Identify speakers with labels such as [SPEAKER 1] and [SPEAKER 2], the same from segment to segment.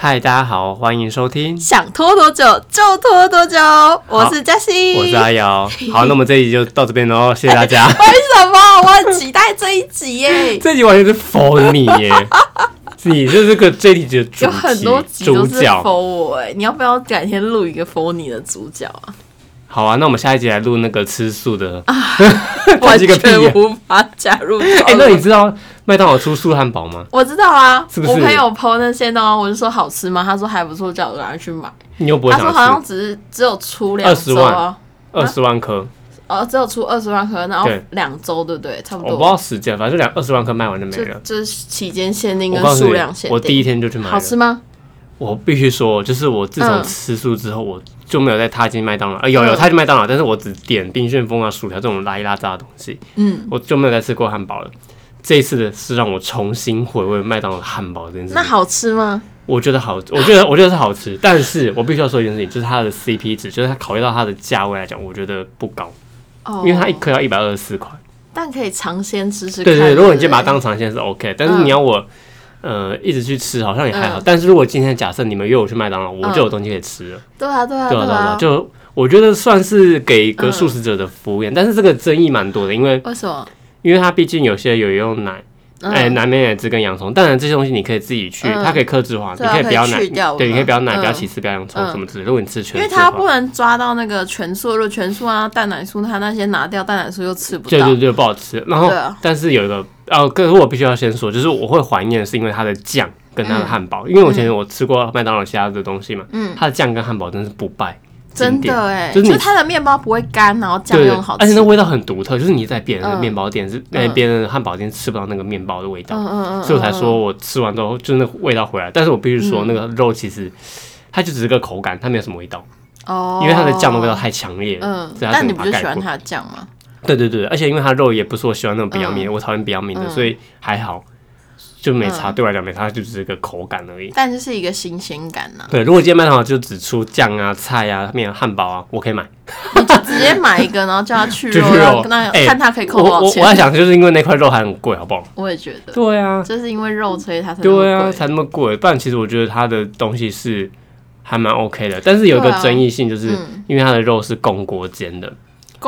[SPEAKER 1] 嗨，大家好，欢迎收听，
[SPEAKER 2] 想拖多久就拖多久。我是嘉欣，
[SPEAKER 1] 我是阿 瑶。好，那么这一集就到这边喽，谢谢大家。
[SPEAKER 2] 为什么我很期待这一集耶？
[SPEAKER 1] 这集完全是否你耶，你就是个这一集的主
[SPEAKER 2] 有很多
[SPEAKER 1] 题
[SPEAKER 2] 集
[SPEAKER 1] 主
[SPEAKER 2] 都是
[SPEAKER 1] 角。
[SPEAKER 2] 否我哎，你要不要改天录一个否你的主角 啊？
[SPEAKER 1] 好啊，那我们下一集来录那个吃素的。
[SPEAKER 2] 完
[SPEAKER 1] 这是个屁
[SPEAKER 2] 全
[SPEAKER 1] 呀
[SPEAKER 2] 无法加入。
[SPEAKER 1] 哎、那你知道麦当劳出素汉堡吗？
[SPEAKER 2] 我知道啊，
[SPEAKER 1] 是不是
[SPEAKER 2] 我朋友 PO 那些呢，我就说好吃吗？他说还不错，叫我赶快去买。
[SPEAKER 1] 你又不会
[SPEAKER 2] 他
[SPEAKER 1] 想
[SPEAKER 2] 说好像
[SPEAKER 1] 吃？
[SPEAKER 2] 只是只有出两
[SPEAKER 1] 20
[SPEAKER 2] 周啊，
[SPEAKER 1] 二十万颗，
[SPEAKER 2] 哦，只有出二十万颗，然后
[SPEAKER 1] 对
[SPEAKER 2] 两周对不对？差不
[SPEAKER 1] 我
[SPEAKER 2] 多。
[SPEAKER 1] 不知道时间，反正就两二十万颗卖完就没
[SPEAKER 2] 就
[SPEAKER 1] 了。
[SPEAKER 2] 就是期间限定
[SPEAKER 1] 我
[SPEAKER 2] 跟
[SPEAKER 1] 告诉
[SPEAKER 2] 数
[SPEAKER 1] 你
[SPEAKER 2] 量限，定。
[SPEAKER 1] 我第一天就去买
[SPEAKER 2] 好
[SPEAKER 1] 了。
[SPEAKER 2] 吃吗？
[SPEAKER 1] 我必须说，就是我自从
[SPEAKER 2] 嗯
[SPEAKER 1] 吃素之后，我就没有再踏进麦当劳。呃，有有
[SPEAKER 2] 嗯
[SPEAKER 1] 踏进麦当劳，但是我只点冰旋风啊、薯条这种拉一拉渣的东西，
[SPEAKER 2] 嗯，
[SPEAKER 1] 我就没有再吃过汉堡了。这一次的是让我重新回味麦当劳的汉堡这件事
[SPEAKER 2] 那
[SPEAKER 1] 情，
[SPEAKER 2] 好吃吗？
[SPEAKER 1] 我觉得好，我觉得我觉得是好吃，但是我必须要说一件事情，就是它的 CP 值，就是它考虑到它的价位来讲，我觉得不高，
[SPEAKER 2] 哦
[SPEAKER 1] 因为它一颗要一百二十四块。
[SPEAKER 2] 但可以尝鲜吃吃看。
[SPEAKER 1] 对对，
[SPEAKER 2] 对，
[SPEAKER 1] 如果你今
[SPEAKER 2] 就
[SPEAKER 1] 天把它当尝鲜是 OK，但是
[SPEAKER 2] 嗯
[SPEAKER 1] 你要我。呃，一直去吃好像也还好，
[SPEAKER 2] 嗯
[SPEAKER 1] 但是如果今天假设你们约我去麦当劳，我就有
[SPEAKER 2] 嗯
[SPEAKER 1] 东西可以吃了。
[SPEAKER 2] 对啊对啊
[SPEAKER 1] 对啊，对啊，
[SPEAKER 2] 啊，
[SPEAKER 1] 就我觉得算是给个素食者的服
[SPEAKER 2] 嗯
[SPEAKER 1] 务员，但是这个争议蛮多的，因为
[SPEAKER 2] 为什么？
[SPEAKER 1] 因为它毕竟有些有用奶，
[SPEAKER 2] 嗯
[SPEAKER 1] 哎、南美奶汁跟洋葱，当然这些东西你可以自己去，
[SPEAKER 2] 嗯
[SPEAKER 1] 它可以克制化，你
[SPEAKER 2] 对啊
[SPEAKER 1] 以不要奶
[SPEAKER 2] 可以去掉，
[SPEAKER 1] 对，你可以不要奶，
[SPEAKER 2] 嗯
[SPEAKER 1] 不要起司，不要洋葱
[SPEAKER 2] 嗯
[SPEAKER 1] 什么之类的。如果你吃
[SPEAKER 2] 因
[SPEAKER 1] 全
[SPEAKER 2] 为
[SPEAKER 1] 素的
[SPEAKER 2] 它
[SPEAKER 1] 话
[SPEAKER 2] 不，能抓到那个全素，如果全素啊蛋奶素，它那些拿掉，蛋奶素又吃不
[SPEAKER 1] 对
[SPEAKER 2] 到
[SPEAKER 1] 对。对，不好吃。然后
[SPEAKER 2] 对啊
[SPEAKER 1] 但是有一个哦，可是我必须要先说，就是我会怀念的是因为它的酱跟它的汉堡，因为我以前我吃过麦当劳其他的东西嘛，
[SPEAKER 2] 嗯，
[SPEAKER 1] 它的酱跟汉堡真是不败，
[SPEAKER 2] 真
[SPEAKER 1] 经典
[SPEAKER 2] 的哎，
[SPEAKER 1] 就是你
[SPEAKER 2] 就它的面包不会干，然后酱
[SPEAKER 1] 对，
[SPEAKER 2] 又很好吃。
[SPEAKER 1] 而且那味道很独特，就是你在别人的
[SPEAKER 2] 嗯
[SPEAKER 1] 面包店是那
[SPEAKER 2] 嗯
[SPEAKER 1] 别人的汉堡店吃不到那个面包的味道，
[SPEAKER 2] 嗯嗯嗯，
[SPEAKER 1] 所以我才说
[SPEAKER 2] 嗯，
[SPEAKER 1] 我吃完之后就那个味道回来。但是我必须说
[SPEAKER 2] 嗯
[SPEAKER 1] 那个肉其实它就只是个口感，它没有什么味道，
[SPEAKER 2] 嗯哦，
[SPEAKER 1] 因为它的酱的味道太强烈了，
[SPEAKER 2] 嗯，
[SPEAKER 1] 所以它
[SPEAKER 2] 但
[SPEAKER 1] 只
[SPEAKER 2] 你
[SPEAKER 1] 能
[SPEAKER 2] 不
[SPEAKER 1] 把
[SPEAKER 2] 就
[SPEAKER 1] 它
[SPEAKER 2] 喜
[SPEAKER 1] 盖
[SPEAKER 2] 欢
[SPEAKER 1] 过。
[SPEAKER 2] 它的酱吗？
[SPEAKER 1] 对对对，而且因为它肉也不是我喜欢那种比较面，我讨厌比较面的，
[SPEAKER 2] 嗯
[SPEAKER 1] 所以还好就没差，
[SPEAKER 2] 嗯
[SPEAKER 1] 对我来讲没差，它就只是个口感而已。
[SPEAKER 2] 但就是一个新鲜感 呐，
[SPEAKER 1] 对，如果今天麦当劳就只出酱啊、菜啊、面啊、汉堡啊，我可以买。
[SPEAKER 2] 直接买一个，然后叫他去
[SPEAKER 1] 就
[SPEAKER 2] 肉
[SPEAKER 1] 去肉
[SPEAKER 2] 让那
[SPEAKER 1] 哎
[SPEAKER 2] 看他可以扣
[SPEAKER 1] 我
[SPEAKER 2] 多少
[SPEAKER 1] 我我在
[SPEAKER 2] 钱。
[SPEAKER 1] 想，就是因为那块肉还很贵，好不好？
[SPEAKER 2] 我也觉 得，
[SPEAKER 1] 对啊，
[SPEAKER 2] 就是因为肉所以它才那么
[SPEAKER 1] 对啊，
[SPEAKER 2] 贵
[SPEAKER 1] 才那么贵。不然其实我觉得它的东西是还蛮 OK 的，但是有一个
[SPEAKER 2] 对啊
[SPEAKER 1] 争议性，就是
[SPEAKER 2] 嗯
[SPEAKER 1] 因为它的肉是公锅煎的。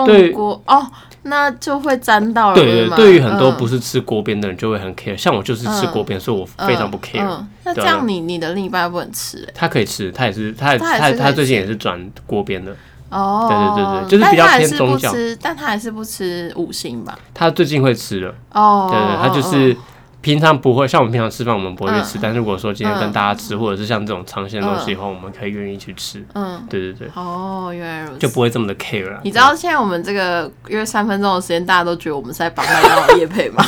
[SPEAKER 1] 对
[SPEAKER 2] 共锅哦，那就会沾到了，
[SPEAKER 1] 对对，
[SPEAKER 2] 哦吗
[SPEAKER 1] 对于很多
[SPEAKER 2] 嗯
[SPEAKER 1] 不是吃锅边的人就会很 care，像我就是吃
[SPEAKER 2] 嗯
[SPEAKER 1] 锅边，所以我非常不
[SPEAKER 2] 嗯
[SPEAKER 1] care。
[SPEAKER 2] 嗯那
[SPEAKER 1] 对
[SPEAKER 2] 这
[SPEAKER 1] 啊
[SPEAKER 2] 样你你的另一半不能吃欸
[SPEAKER 1] 他可以吃，他也是，他也
[SPEAKER 2] 他也
[SPEAKER 1] 他
[SPEAKER 2] 是可以
[SPEAKER 1] 他最近也是转锅边的。
[SPEAKER 2] 哦，
[SPEAKER 1] 对对对对就是比
[SPEAKER 2] 但
[SPEAKER 1] 较
[SPEAKER 2] 他还
[SPEAKER 1] 偏
[SPEAKER 2] 是
[SPEAKER 1] 宗
[SPEAKER 2] 不
[SPEAKER 1] 教
[SPEAKER 2] 吃，但他还是不吃五星吧？
[SPEAKER 1] 他最近会吃了，
[SPEAKER 2] 哦，
[SPEAKER 1] 对对，他就
[SPEAKER 2] 嗯
[SPEAKER 1] 是平常不会，像我们平常吃饭我们不会去吃，
[SPEAKER 2] 嗯
[SPEAKER 1] 但如果说今天跟
[SPEAKER 2] 嗯
[SPEAKER 1] 大家吃，或者是像这种尝鲜的东西的话，我们可以愿意去吃。
[SPEAKER 2] 嗯，
[SPEAKER 1] 对对对，
[SPEAKER 2] 嗯哦，原来如
[SPEAKER 1] 就
[SPEAKER 2] 此。
[SPEAKER 1] 不会这么的 care 啦。
[SPEAKER 2] 你知道现在我们这个约三分钟的时间，大家都觉得我们是在帮麦当劳夜 配吗？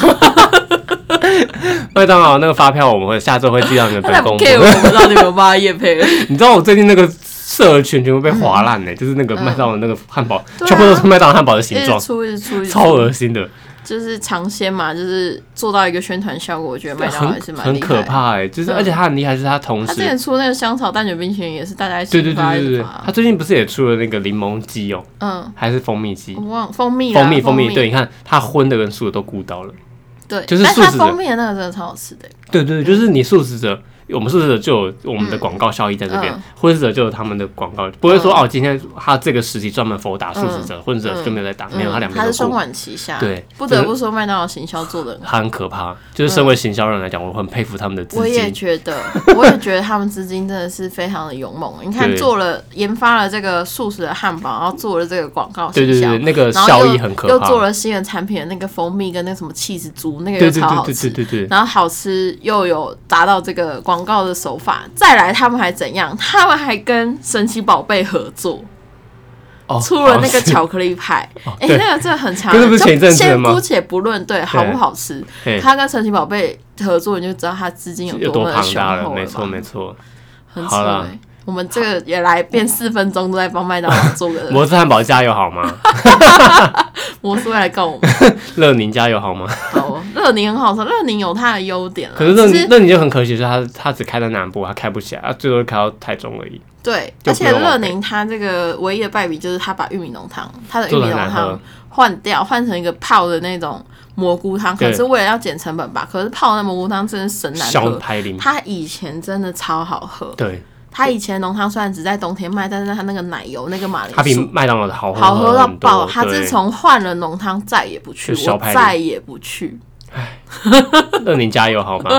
[SPEAKER 1] 麦当劳那个发票，我们会下周会寄到你们
[SPEAKER 2] 他才
[SPEAKER 1] 本
[SPEAKER 2] 不
[SPEAKER 1] 公 布。
[SPEAKER 2] care 我们到底有没有帮他夜配 了。
[SPEAKER 1] 你知道我最近那个社群全部被划烂呢，就是那个
[SPEAKER 2] 嗯
[SPEAKER 1] 麦当劳那个汉堡，
[SPEAKER 2] 对啊哎
[SPEAKER 1] 全部都是麦当劳汉堡的
[SPEAKER 2] 一
[SPEAKER 1] 形
[SPEAKER 2] 直
[SPEAKER 1] 状，
[SPEAKER 2] 出，一直出，一直出
[SPEAKER 1] 超恶心的，
[SPEAKER 2] 就是尝鲜嘛，就是做到一个宣传效果，我觉得麦当劳
[SPEAKER 1] 很
[SPEAKER 2] 还是蛮
[SPEAKER 1] 很
[SPEAKER 2] 厉害
[SPEAKER 1] 可
[SPEAKER 2] 的。
[SPEAKER 1] 怕哎。就是
[SPEAKER 2] 嗯
[SPEAKER 1] 而且它很厉害，是它同
[SPEAKER 2] 啊他之
[SPEAKER 1] 时
[SPEAKER 2] 前。出那个香草蛋卷冰淇淋也是大啊家一
[SPEAKER 1] 对
[SPEAKER 2] 起
[SPEAKER 1] 对对
[SPEAKER 2] 发
[SPEAKER 1] 对
[SPEAKER 2] 一
[SPEAKER 1] 对
[SPEAKER 2] 直
[SPEAKER 1] 对，
[SPEAKER 2] 发
[SPEAKER 1] 它，最近不是也出了那个柠檬鸡哦，
[SPEAKER 2] 嗯，
[SPEAKER 1] 还是蜂蜜鸡
[SPEAKER 2] 我？忘蜂蜜啦
[SPEAKER 1] 蜂蜜蜂蜜，
[SPEAKER 2] 蜜
[SPEAKER 1] 对，你看它荤的跟素的都顾到了。
[SPEAKER 2] 对，
[SPEAKER 1] 就是
[SPEAKER 2] 但
[SPEAKER 1] 素
[SPEAKER 2] 它
[SPEAKER 1] 食的
[SPEAKER 2] 蜂蜜的那个真的超好吃的，
[SPEAKER 1] 对对，对就是你素食者，我们素食者就有我们的广告效益在这边
[SPEAKER 2] 嗯，
[SPEAKER 1] 荤食者就有他们的广告，不会说
[SPEAKER 2] 嗯
[SPEAKER 1] 哦，今天他这个时期专门否打素食者，荤食者就没有在打，没有他两边
[SPEAKER 2] 它
[SPEAKER 1] 都
[SPEAKER 2] 嗯是双
[SPEAKER 1] 顾。
[SPEAKER 2] 管齐下，
[SPEAKER 1] 对
[SPEAKER 2] 不得不说麦当劳行销 做的。
[SPEAKER 1] 他很可怕，就是身为行销人来讲，我很佩服他们的资
[SPEAKER 2] 嗯我也
[SPEAKER 1] 金。
[SPEAKER 2] 觉得，我也觉得他们资金真的是非常的勇猛。你看
[SPEAKER 1] 对，
[SPEAKER 2] 做了研发了这个素食的汉堡，然后做了这个广告
[SPEAKER 1] 对
[SPEAKER 2] 形
[SPEAKER 1] 对
[SPEAKER 2] 象，
[SPEAKER 1] 对，那个
[SPEAKER 2] 然后
[SPEAKER 1] 效
[SPEAKER 2] 又
[SPEAKER 1] 益很可
[SPEAKER 2] 又做
[SPEAKER 1] 怕。
[SPEAKER 2] 了新的产品的那个蜂蜜跟那个什么气质猪，那个
[SPEAKER 1] 对
[SPEAKER 2] 又
[SPEAKER 1] 对
[SPEAKER 2] 超好
[SPEAKER 1] 对
[SPEAKER 2] 吃
[SPEAKER 1] 对。对对对，
[SPEAKER 2] 然后好吃又有达到这个广告的手法，再来他们还怎样？他们还跟神奇宝贝合作，
[SPEAKER 1] 哦，
[SPEAKER 2] 出了那个
[SPEAKER 1] 巧，
[SPEAKER 2] 巧克力派，哎、
[SPEAKER 1] 对
[SPEAKER 2] 那个真的很强
[SPEAKER 1] 可是不是前一阵子的
[SPEAKER 2] 先
[SPEAKER 1] 吗
[SPEAKER 2] 姑且不论对好不好吃，
[SPEAKER 1] 嘿
[SPEAKER 2] 他跟神奇宝贝合作，你就知道他资金
[SPEAKER 1] 有
[SPEAKER 2] 多
[SPEAKER 1] 多
[SPEAKER 2] 么的啊
[SPEAKER 1] 庞
[SPEAKER 2] 雄
[SPEAKER 1] 大
[SPEAKER 2] 厚
[SPEAKER 1] 了？
[SPEAKER 2] 吧
[SPEAKER 1] 没错没错，
[SPEAKER 2] 很扯
[SPEAKER 1] 好啦
[SPEAKER 2] 欸我们这个也来变四分钟，都在帮麦当劳做 个，
[SPEAKER 1] 摩斯汉堡加油好吗？
[SPEAKER 2] 我是会来告我们。
[SPEAKER 1] 乐宁加油好吗？
[SPEAKER 2] 哦，乐宁很好吃，乐宁有它的优点啦
[SPEAKER 1] 可是乐
[SPEAKER 2] 其
[SPEAKER 1] 宁
[SPEAKER 2] 实
[SPEAKER 1] 乐宁就很可惜，是他他只开在南部，他开不起来，他啊最多开到台中而已，
[SPEAKER 2] 对，
[SPEAKER 1] 就
[SPEAKER 2] 而
[SPEAKER 1] 不
[SPEAKER 2] 且
[SPEAKER 1] 用
[SPEAKER 2] 乐
[SPEAKER 1] 浪费
[SPEAKER 2] 宁它这个唯一的败笔就是它把玉米浓汤，它的玉
[SPEAKER 1] 做的
[SPEAKER 2] 米
[SPEAKER 1] 很
[SPEAKER 2] 浓
[SPEAKER 1] 难
[SPEAKER 2] 汤
[SPEAKER 1] 喝。
[SPEAKER 2] 换掉，换成一个泡的那种蘑菇汤，可
[SPEAKER 1] 对
[SPEAKER 2] 能是为了要减成本吧。可是泡那蘑菇汤真的神难
[SPEAKER 1] 小
[SPEAKER 2] 喝，
[SPEAKER 1] 排零，
[SPEAKER 2] 它以前真的超好喝。
[SPEAKER 1] 对，
[SPEAKER 2] 它以前浓汤虽然只在冬天卖，但是它那个奶油那个马
[SPEAKER 1] 它比
[SPEAKER 2] 铃薯
[SPEAKER 1] 麦当劳的好喝
[SPEAKER 2] 好喝到
[SPEAKER 1] 很多
[SPEAKER 2] 爆。它
[SPEAKER 1] 对
[SPEAKER 2] 自从换了浓汤再也不去，
[SPEAKER 1] 就小
[SPEAKER 2] 我
[SPEAKER 1] 排零
[SPEAKER 2] 再也不去。
[SPEAKER 1] 那您加油好 吗？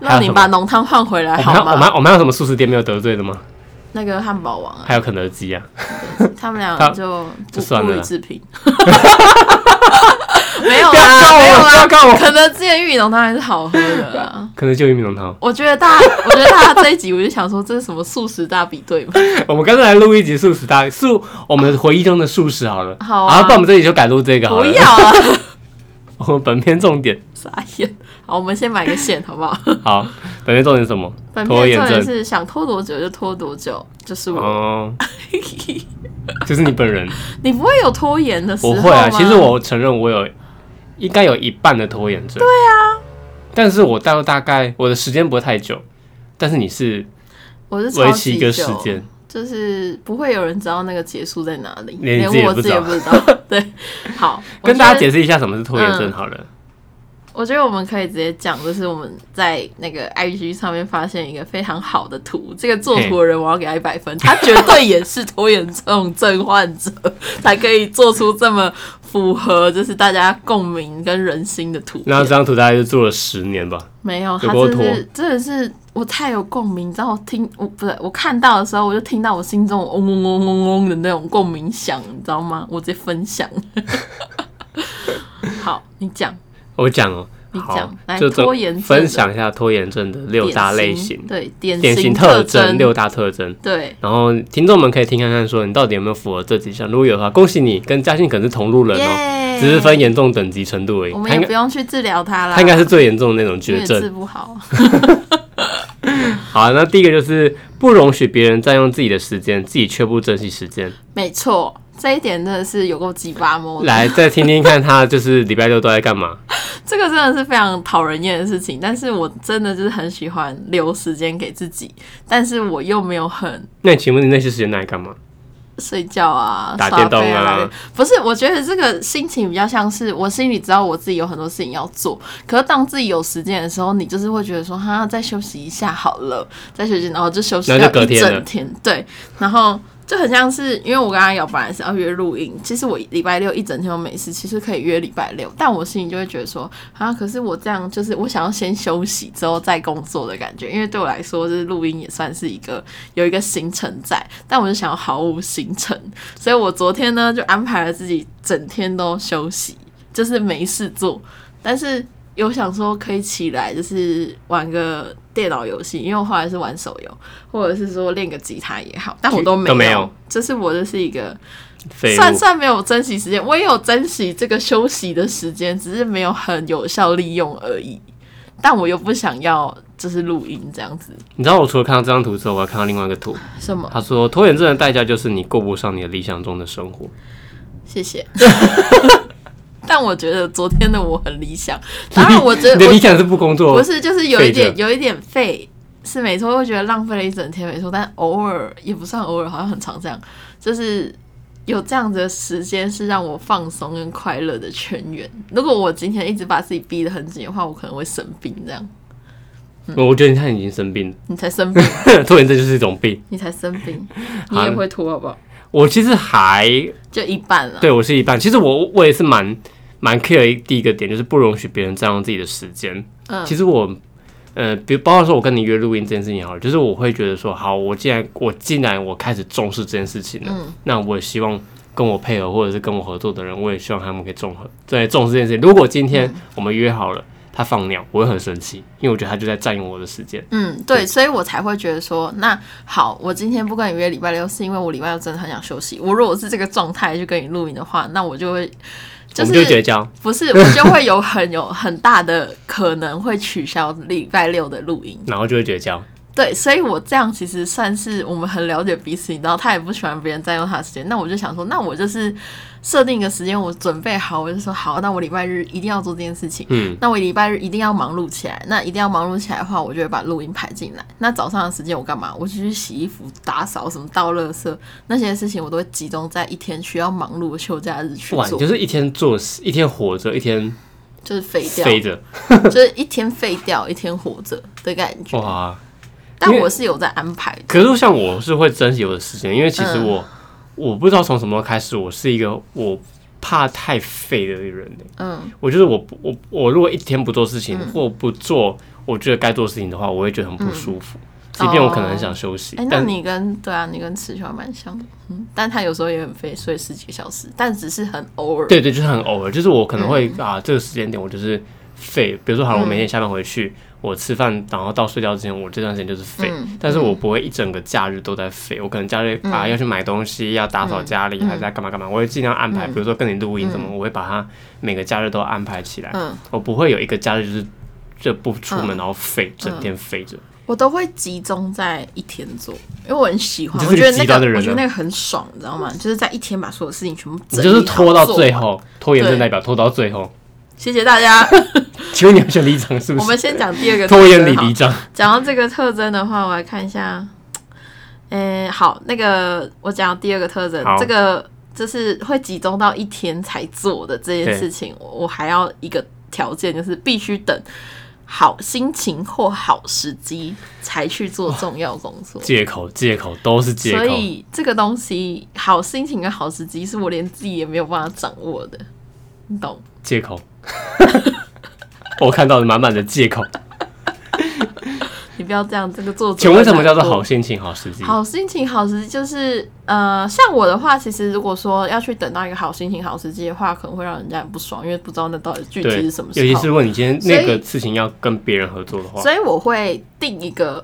[SPEAKER 1] 还有
[SPEAKER 2] 那你
[SPEAKER 1] 什么
[SPEAKER 2] 把浓汤换回来
[SPEAKER 1] 我们还
[SPEAKER 2] 好
[SPEAKER 1] 我们还
[SPEAKER 2] 吗？
[SPEAKER 1] 我们还有什么素食店没有得罪的吗？
[SPEAKER 2] 那个汉堡王啊，
[SPEAKER 1] 还有肯德基啊，
[SPEAKER 2] 他们俩
[SPEAKER 1] 他
[SPEAKER 2] 就不
[SPEAKER 1] 就算
[SPEAKER 2] 不
[SPEAKER 1] 了
[SPEAKER 2] 予 置评。没有
[SPEAKER 1] 不要
[SPEAKER 2] 啊，
[SPEAKER 1] 告
[SPEAKER 2] 没有
[SPEAKER 1] 我，不
[SPEAKER 2] 啊
[SPEAKER 1] 要，告我，
[SPEAKER 2] 可能之前玉米浓汤还是好喝的 啊。
[SPEAKER 1] 可能就一米浓汤。
[SPEAKER 2] 我觉得大家，我觉得大家这一集，我就想说，这是什么素食大比 对嘛？
[SPEAKER 1] 我们刚才来录一集素食大素，我们回忆中的素食好了。
[SPEAKER 2] 好啊
[SPEAKER 1] 不然我们这里就改录这个好
[SPEAKER 2] 不
[SPEAKER 1] 了。
[SPEAKER 2] 要啊，
[SPEAKER 1] 我们本片重点
[SPEAKER 2] 傻眼。好，我们先买个线，好不好？
[SPEAKER 1] 好，本片重点是什么？
[SPEAKER 2] 本
[SPEAKER 1] 拖
[SPEAKER 2] 片
[SPEAKER 1] 延
[SPEAKER 2] 重点
[SPEAKER 1] 症。
[SPEAKER 2] 是想拖多久就拖多久，就是我。
[SPEAKER 1] 哦，就是你本人。
[SPEAKER 2] 你不会有拖延的时候
[SPEAKER 1] 我
[SPEAKER 2] 吗？
[SPEAKER 1] 会啊，其实我承认我有应该有一半的拖延症。对啊，但是我到大概我的时间不会太久，但是你是
[SPEAKER 2] 我是超
[SPEAKER 1] 维
[SPEAKER 2] 级
[SPEAKER 1] 持一个时
[SPEAKER 2] 久
[SPEAKER 1] 间，
[SPEAKER 2] 就是不会有人知道那个结束在哪里，
[SPEAKER 1] 连你
[SPEAKER 2] 连
[SPEAKER 1] 自己也
[SPEAKER 2] 我
[SPEAKER 1] 不
[SPEAKER 2] 自己
[SPEAKER 1] 知
[SPEAKER 2] 也
[SPEAKER 1] 道
[SPEAKER 2] 不知道。对，好，我
[SPEAKER 1] 跟
[SPEAKER 2] 觉
[SPEAKER 1] 大家
[SPEAKER 2] 得
[SPEAKER 1] 解释一下什么是拖延症
[SPEAKER 2] 嗯
[SPEAKER 1] 好了。
[SPEAKER 2] 我觉得我们可以直接讲，就是我们在那个 IG 上面发现一个非常好的图，这个做图的人我要给他一百分，他绝对也是拖延症症患者，才可以做出这么符合就是大家共鸣跟人心的图
[SPEAKER 1] 然后这
[SPEAKER 2] 片。
[SPEAKER 1] 张图大概就做了十年吧。
[SPEAKER 2] 没有，他
[SPEAKER 1] 够
[SPEAKER 2] 真
[SPEAKER 1] 拖
[SPEAKER 2] 的是真的是我太有共鸣，你知道我听我不对，我看到的时候我就听到我心中嗡嗡嗡嗡嗡的那种共鸣响，你知道吗？我直接分享。 好，你讲。
[SPEAKER 1] 我讲哦，
[SPEAKER 2] 你
[SPEAKER 1] 好
[SPEAKER 2] 讲，来
[SPEAKER 1] 就这
[SPEAKER 2] 拖延症的
[SPEAKER 1] 分享一下拖延症的六大类
[SPEAKER 2] 典
[SPEAKER 1] 型，
[SPEAKER 2] 对，典
[SPEAKER 1] 典型
[SPEAKER 2] 特
[SPEAKER 1] 征六大特征。
[SPEAKER 2] 对，
[SPEAKER 1] 然后听众们可以听看看，说你到底有没有符合这几项。如果有的话，恭喜你，跟嘉欣可能是同路人哦，
[SPEAKER 2] 耶
[SPEAKER 1] 只是分，严重等级程度而已。
[SPEAKER 2] 我们
[SPEAKER 1] 他应该
[SPEAKER 2] 也不用去治疗它啦，
[SPEAKER 1] 他应该是最严重的那种
[SPEAKER 2] 因
[SPEAKER 1] 绝
[SPEAKER 2] 为
[SPEAKER 1] 症
[SPEAKER 2] 治。不好，
[SPEAKER 1] 好，那第一个就是不容许别人占用自己的时间，自己却不珍惜时间。
[SPEAKER 2] 没错，这一点真的是有够鸡巴摸的，
[SPEAKER 1] 来，再听听看他就是礼拜六都在干嘛。
[SPEAKER 2] 这个真的是非常讨人厌的事情，但是我真的就是很喜欢留时间给自己，但是我又没有很。
[SPEAKER 1] 那你请问你那些时间拿来干嘛？
[SPEAKER 2] 睡觉啊，
[SPEAKER 1] 打
[SPEAKER 2] 耍
[SPEAKER 1] 电动
[SPEAKER 2] 废
[SPEAKER 1] 啊
[SPEAKER 2] 打电不是，我觉得这个心情比较像是我心里知道我自己有很多事情要做，可是当自己有时间的时候，你就是会觉得说，哈，再休息一下好了，再休息，然后就休息
[SPEAKER 1] 然后就
[SPEAKER 2] 到
[SPEAKER 1] 隔
[SPEAKER 2] 一
[SPEAKER 1] 天了
[SPEAKER 2] 整天，对，然后。就很像是，因为我跟阿瑶本来是哦要约录音，其实我礼拜六一整天都没事，其实可以约礼拜六，但我心里就会觉得说，啊，可是我这样就是我想要先休息之后再工作的感觉，因为对我来说，就是录音也算是一个有一个行程在，但我就想要毫无行程，所以我昨天呢就安排了自己整天都休息，就是没事做，但是有想说可以起来就是玩个电脑游戏，因为我后来是玩手游，或者是说练个吉他也好，但我都没
[SPEAKER 1] 都没有
[SPEAKER 2] 就是我就是一个
[SPEAKER 1] 废物。
[SPEAKER 2] 算算没有珍惜时间，我也有珍惜这个休息的时间，只是没有很有效利用而已。但我又不想要就是录音这样子，
[SPEAKER 1] 你知道我除了看到这张图之后，我还看到另外一个图，
[SPEAKER 2] 什么？
[SPEAKER 1] 他说拖延症的代价就是你过不上你的理想中的生 活。
[SPEAKER 2] 谢谢。但我觉得昨天的我很理想，当然我觉得
[SPEAKER 1] 你的理
[SPEAKER 2] 我
[SPEAKER 1] 想是不工作
[SPEAKER 2] 不，是就是有一点
[SPEAKER 1] 废
[SPEAKER 2] 有一点废是没错，会觉得浪费了一整天没错，但偶尔也不算偶尔，好像很常这样，就是有这样子的时间是让我放松跟快乐的泉源。如果我今天一直把自己逼得很紧的话，我可能会生病。这样
[SPEAKER 1] 我我觉得你看你已经生病了。
[SPEAKER 2] 你才 生病，
[SPEAKER 1] 拖延症就是一种病。
[SPEAKER 2] 你才生病，你
[SPEAKER 1] 好
[SPEAKER 2] 也会拖好不好？
[SPEAKER 1] 我其实还
[SPEAKER 2] 就一半了。
[SPEAKER 1] 对我是一半，其实我我也是蛮蛮 care 第一个点，就是不容许别人占用自己的时间。
[SPEAKER 2] 嗯
[SPEAKER 1] 其实我呃，比如包括说我跟你约录音这件事情好了，就是我会觉得说，好，我既然我既然我开始重视这件事情了，
[SPEAKER 2] 嗯
[SPEAKER 1] 那我也希望。跟我配合或者是跟我合作的人，我也希望他们可以重合对重视这件事情。如果今天
[SPEAKER 2] 嗯
[SPEAKER 1] 我们约好了，他放鸟，我会很生气，因为我觉得他就在占用我的时间。
[SPEAKER 2] 嗯，对，所以我才会觉得说，那好，我今天不跟你约礼拜六，是因为我礼拜六真的很想休息。我如果是这个状态去跟你录音的话，那我就会
[SPEAKER 1] 我
[SPEAKER 2] 就
[SPEAKER 1] 们就是绝交，
[SPEAKER 2] 不是我就会有很 有很大的可能会取消礼拜六的录音。
[SPEAKER 1] 然后就会绝交。
[SPEAKER 2] 对，所以我这样其实算是我们很了解彼此，你知道，他也不喜欢别人占用他的时间。那我就想说，那我就是设定一个时间，我准备好，我就说好，那我礼拜日一定要做这件事情。
[SPEAKER 1] 嗯，
[SPEAKER 2] 那我礼拜日一定要忙碌起来，那一定要忙碌起来的话，我就会把录音排进来。那早上的时间我干嘛？我就去洗衣服、打扫、什么倒垃圾那些事情，我都会集中在一天需要忙碌的休假日去
[SPEAKER 1] 哇，
[SPEAKER 2] 做
[SPEAKER 1] 你就。是一天做事，一天活着，一天
[SPEAKER 2] 就是废掉，
[SPEAKER 1] 飞着，
[SPEAKER 2] 就是一天废掉，一天活着的感觉。
[SPEAKER 1] 哇！
[SPEAKER 2] 但
[SPEAKER 1] 哦因为
[SPEAKER 2] 我是有在安排的，
[SPEAKER 1] 可是像我是会珍惜我的时间，因为其实
[SPEAKER 2] 嗯
[SPEAKER 1] 我、我不知道从什么时候开始，我是一个我怕太废的人、欸、
[SPEAKER 2] 嗯
[SPEAKER 1] 我觉得我不我我如果一天不做事情、或不做我觉得该做的事情的话，我会觉得很不舒服。即便我可能很想休息，
[SPEAKER 2] 哎、嗯那
[SPEAKER 1] 但
[SPEAKER 2] 你跟对啊，你跟池秋蛮像的，嗯，但他有时候也很废，睡十几个小时，但只是很偶尔。
[SPEAKER 1] 对对，就是很偶尔，就是我可能会、
[SPEAKER 2] 嗯
[SPEAKER 1] 啊，这个时间点我就是废。比如说，好了，我每天下班回去，我吃饭，然后到睡觉之前，我这段时间就是废。
[SPEAKER 2] 嗯
[SPEAKER 1] 但是我不会一整个假日都在废，我可能假日、啊要去买东西，要打
[SPEAKER 2] 嗯
[SPEAKER 1] 扫家里，还是要干嘛干嘛，我会尽量安排。比如说跟你录音什么，我会把它每个假日都安排起来。
[SPEAKER 2] 嗯
[SPEAKER 1] 我不会有一个假日就是就不出门，
[SPEAKER 2] 嗯
[SPEAKER 1] 然后废，整天废着。
[SPEAKER 2] 我都会集中在一天做，因为我很喜欢，
[SPEAKER 1] 你
[SPEAKER 2] 我
[SPEAKER 1] 就是个
[SPEAKER 2] 觉得那
[SPEAKER 1] 极端的
[SPEAKER 2] 个
[SPEAKER 1] 人
[SPEAKER 2] 我觉得
[SPEAKER 1] 啊
[SPEAKER 2] 那个很爽，你知道吗？就是在一天把所有事情全部
[SPEAKER 1] 你
[SPEAKER 2] 整
[SPEAKER 1] 就是
[SPEAKER 2] 理好
[SPEAKER 1] 拖到
[SPEAKER 2] 做
[SPEAKER 1] 最
[SPEAKER 2] 完。
[SPEAKER 1] 后，拖延
[SPEAKER 2] 对
[SPEAKER 1] 症代表拖到最后。
[SPEAKER 2] 谢谢 大家，
[SPEAKER 1] 请问你要选离场是不
[SPEAKER 2] 我
[SPEAKER 1] 是？
[SPEAKER 2] 们先讲第二个
[SPEAKER 1] 拖延
[SPEAKER 2] 特
[SPEAKER 1] 李
[SPEAKER 2] 征好
[SPEAKER 1] 离
[SPEAKER 2] 了
[SPEAKER 1] 场。
[SPEAKER 2] 讲到这个特征的话，我来看一下。诶、好，那个我讲第二个特征
[SPEAKER 1] 好，
[SPEAKER 2] 这个就是会集中到一天才做的这件事情，我我还要一个条件，就是必须等好心情或好时机才去做重要工作。
[SPEAKER 1] 借口，借口都是借
[SPEAKER 2] 所
[SPEAKER 1] 口。
[SPEAKER 2] 以这个东西，好心情跟好时机是我连自己也没有办法掌握的，你懂？
[SPEAKER 1] 借口。 我看到了满满的借口。
[SPEAKER 2] 你不要这样，这个作者
[SPEAKER 1] 请问什么
[SPEAKER 2] 会
[SPEAKER 1] 叫
[SPEAKER 2] 难
[SPEAKER 1] 做
[SPEAKER 2] 过
[SPEAKER 1] 好心情、好时机？
[SPEAKER 2] 好心情、好时机就是，呃，像我的话，其实如果说要去等到一个好心情、好时机的话，可能会让人家很不爽，因为不知道那到底具体
[SPEAKER 1] 对，
[SPEAKER 2] 是
[SPEAKER 1] 尤
[SPEAKER 2] 什么时候。
[SPEAKER 1] 其是如果你今天
[SPEAKER 2] 所以
[SPEAKER 1] 那个事情要跟别人合作的话，
[SPEAKER 2] 所以我会定一个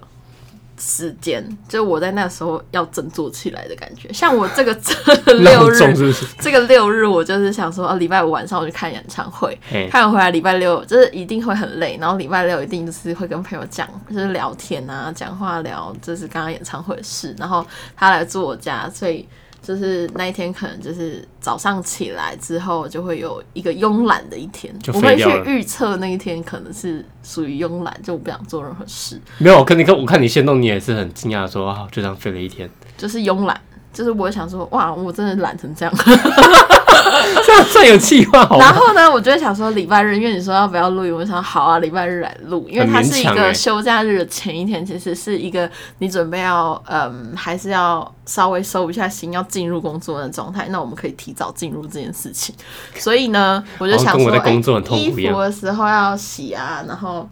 [SPEAKER 2] 时间，就我在那时候要振作起来的感觉。像我这个 这
[SPEAKER 1] 那
[SPEAKER 2] 六
[SPEAKER 1] 很重
[SPEAKER 2] 日，
[SPEAKER 1] 是不是？
[SPEAKER 2] 这个六日我就是想说，啊，礼拜五晚上我去看演唱会，
[SPEAKER 1] 哎，
[SPEAKER 2] 看完回来礼拜六就是一定会很累，然后礼拜六一定就是会跟朋友讲，就是聊天啊，讲话聊，就是刚刚演唱会的事，然后他来住我家，所以就是那一天可能就是早上起来之后就会有一个慵懒的一天，
[SPEAKER 1] 就
[SPEAKER 2] 我
[SPEAKER 1] 废
[SPEAKER 2] 会去
[SPEAKER 1] 掉了
[SPEAKER 2] 预测那一天可能是属于慵懒，就我不想做任何事，
[SPEAKER 1] 没有，我看你看，我看你现动，你也是很惊讶，说啊，就这样飞了一天，
[SPEAKER 2] 就是慵懒。就是我会想说，哇，我真的懒成这样。
[SPEAKER 1] 这样算有计划好
[SPEAKER 2] 然
[SPEAKER 1] 吗？
[SPEAKER 2] 后呢，我就会想说礼拜日，因为你说要不要录音，我想好啊，礼拜日来录，因为它是
[SPEAKER 1] 很勉
[SPEAKER 2] 一
[SPEAKER 1] 强欸
[SPEAKER 2] 个休假日的前一天，其实是一个你准备要嗯，还是要稍微收一下心，要进入工作的状态。那我们可以提早进入这件事情，所以呢，我就想
[SPEAKER 1] 哦好像跟我
[SPEAKER 2] 说，
[SPEAKER 1] 在
[SPEAKER 2] 哎
[SPEAKER 1] 工作很痛
[SPEAKER 2] 衣
[SPEAKER 1] 苦一样
[SPEAKER 2] 服的时候要洗啊，然后。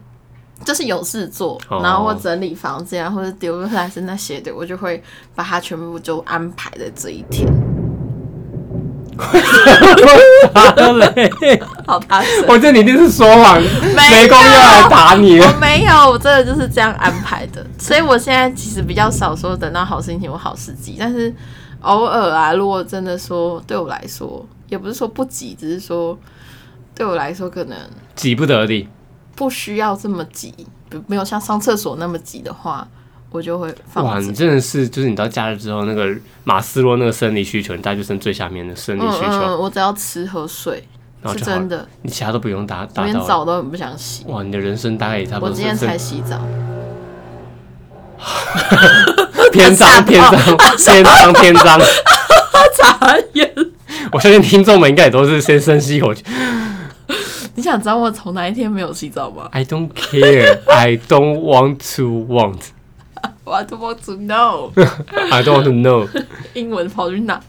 [SPEAKER 2] 就是有事做，
[SPEAKER 1] 哦
[SPEAKER 2] 然后或整理房间啊，或者丢垃圾那些的，我就会把它全部就安排在这一天。
[SPEAKER 1] 好嘞
[SPEAKER 2] 好大声！
[SPEAKER 1] 我觉得你一定是说谎，
[SPEAKER 2] 有
[SPEAKER 1] 没工要来打你
[SPEAKER 2] 我
[SPEAKER 1] 了。
[SPEAKER 2] 没有，我真的就是这样安排的，所以我现在其实比较少说等到好心情或好时机，但是偶尔啊，如果真的说对我来说，也不是说不急，只是说对我来说可能
[SPEAKER 1] 急不得的，
[SPEAKER 2] 不需要这么急，不没有像上厕所那么急的话，我就会
[SPEAKER 1] 哇，
[SPEAKER 2] 放
[SPEAKER 1] 你
[SPEAKER 2] 弃。
[SPEAKER 1] 真的是，就是你到假日之后，那个马斯洛那个生理需求，你大概就剩最下面的生理
[SPEAKER 2] 嗯
[SPEAKER 1] 需求，
[SPEAKER 2] 嗯，我只要吃和睡
[SPEAKER 1] 然后
[SPEAKER 2] 是
[SPEAKER 1] 就好了
[SPEAKER 2] 真，的，
[SPEAKER 1] 你其他都不用达
[SPEAKER 2] 我
[SPEAKER 1] 达
[SPEAKER 2] 连
[SPEAKER 1] 到了。
[SPEAKER 2] 澡都很不想洗。
[SPEAKER 1] 哇，你的人生大概也差不
[SPEAKER 2] 我
[SPEAKER 1] 多。
[SPEAKER 2] 今天才洗 澡，
[SPEAKER 1] 篇章篇章
[SPEAKER 2] 哦
[SPEAKER 1] 篇章篇章，
[SPEAKER 2] 眨眼。
[SPEAKER 1] 我相信听众们应该也都是先深吸一口气。
[SPEAKER 2] 你想知道我从哪一天没有洗澡吗？
[SPEAKER 1] I don't care, I don't want to want,
[SPEAKER 2] What do want to know？
[SPEAKER 1] I don't want to know。
[SPEAKER 2] 英文跑去哪？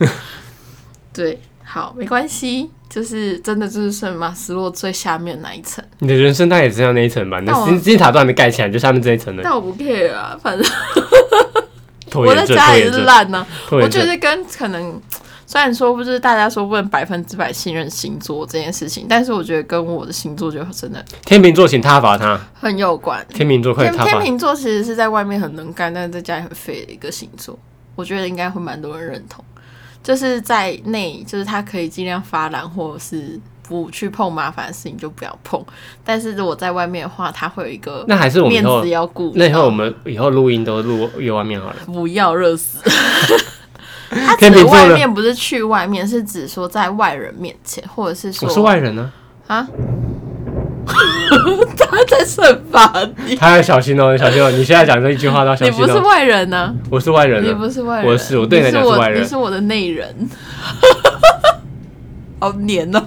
[SPEAKER 2] 对，好，没关系，就是真的就是圣马斯洛最下面那一层，
[SPEAKER 1] 你的人生大概也只有那一层吧，你的
[SPEAKER 2] 但我
[SPEAKER 1] 金金字塔都还没盖起来，你就下面这一层了。
[SPEAKER 2] 但我不 care 啊，反正
[SPEAKER 1] 拖
[SPEAKER 2] 我
[SPEAKER 1] 延
[SPEAKER 2] 在
[SPEAKER 1] 症，
[SPEAKER 2] 家
[SPEAKER 1] 拖
[SPEAKER 2] 也
[SPEAKER 1] 延
[SPEAKER 2] 是
[SPEAKER 1] 症，
[SPEAKER 2] 烂呢、啊
[SPEAKER 1] 拖
[SPEAKER 2] 我
[SPEAKER 1] 延
[SPEAKER 2] 觉
[SPEAKER 1] 症。
[SPEAKER 2] 得跟可能虽然说不是大家说不能百分之百信任星座这件事情，但是我觉得跟我的星座就真的
[SPEAKER 1] 天秤座，请挞伐他。
[SPEAKER 2] 很有关。
[SPEAKER 1] 天秤座，快
[SPEAKER 2] 天
[SPEAKER 1] 点挞
[SPEAKER 2] 天
[SPEAKER 1] 伐！
[SPEAKER 2] 秤座其实是在外面很能干，但是在家里很废的一个星座，我觉得应该会蛮多人认同。就是在内，就是他可以尽量发懒，或者是不去碰麻烦的事情就不要碰。但是如果在外面的话，他会有一个
[SPEAKER 1] 那还是我们以
[SPEAKER 2] 面
[SPEAKER 1] 后
[SPEAKER 2] 子，要顾到。
[SPEAKER 1] 那以后我们以后录音都录约外面好了。
[SPEAKER 2] 不要热死。他 指
[SPEAKER 1] 天秤
[SPEAKER 2] 的
[SPEAKER 1] 座
[SPEAKER 2] 啊外
[SPEAKER 1] 呢
[SPEAKER 2] 面不是去外面，是指说在外人面前，或者是说
[SPEAKER 1] 我是外人呢，
[SPEAKER 2] 啊， 他在惩罚你。
[SPEAKER 1] 他要小心哦，小心哦！你现在讲这一句话都要小
[SPEAKER 2] 你
[SPEAKER 1] 心
[SPEAKER 2] 不是
[SPEAKER 1] 哦。
[SPEAKER 2] 外人呢、啊
[SPEAKER 1] 我是外人
[SPEAKER 2] 你
[SPEAKER 1] 呢，
[SPEAKER 2] 不是外人，
[SPEAKER 1] 我是我对你来讲
[SPEAKER 2] 是
[SPEAKER 1] 是外人
[SPEAKER 2] 你是我的内人，好黏哦。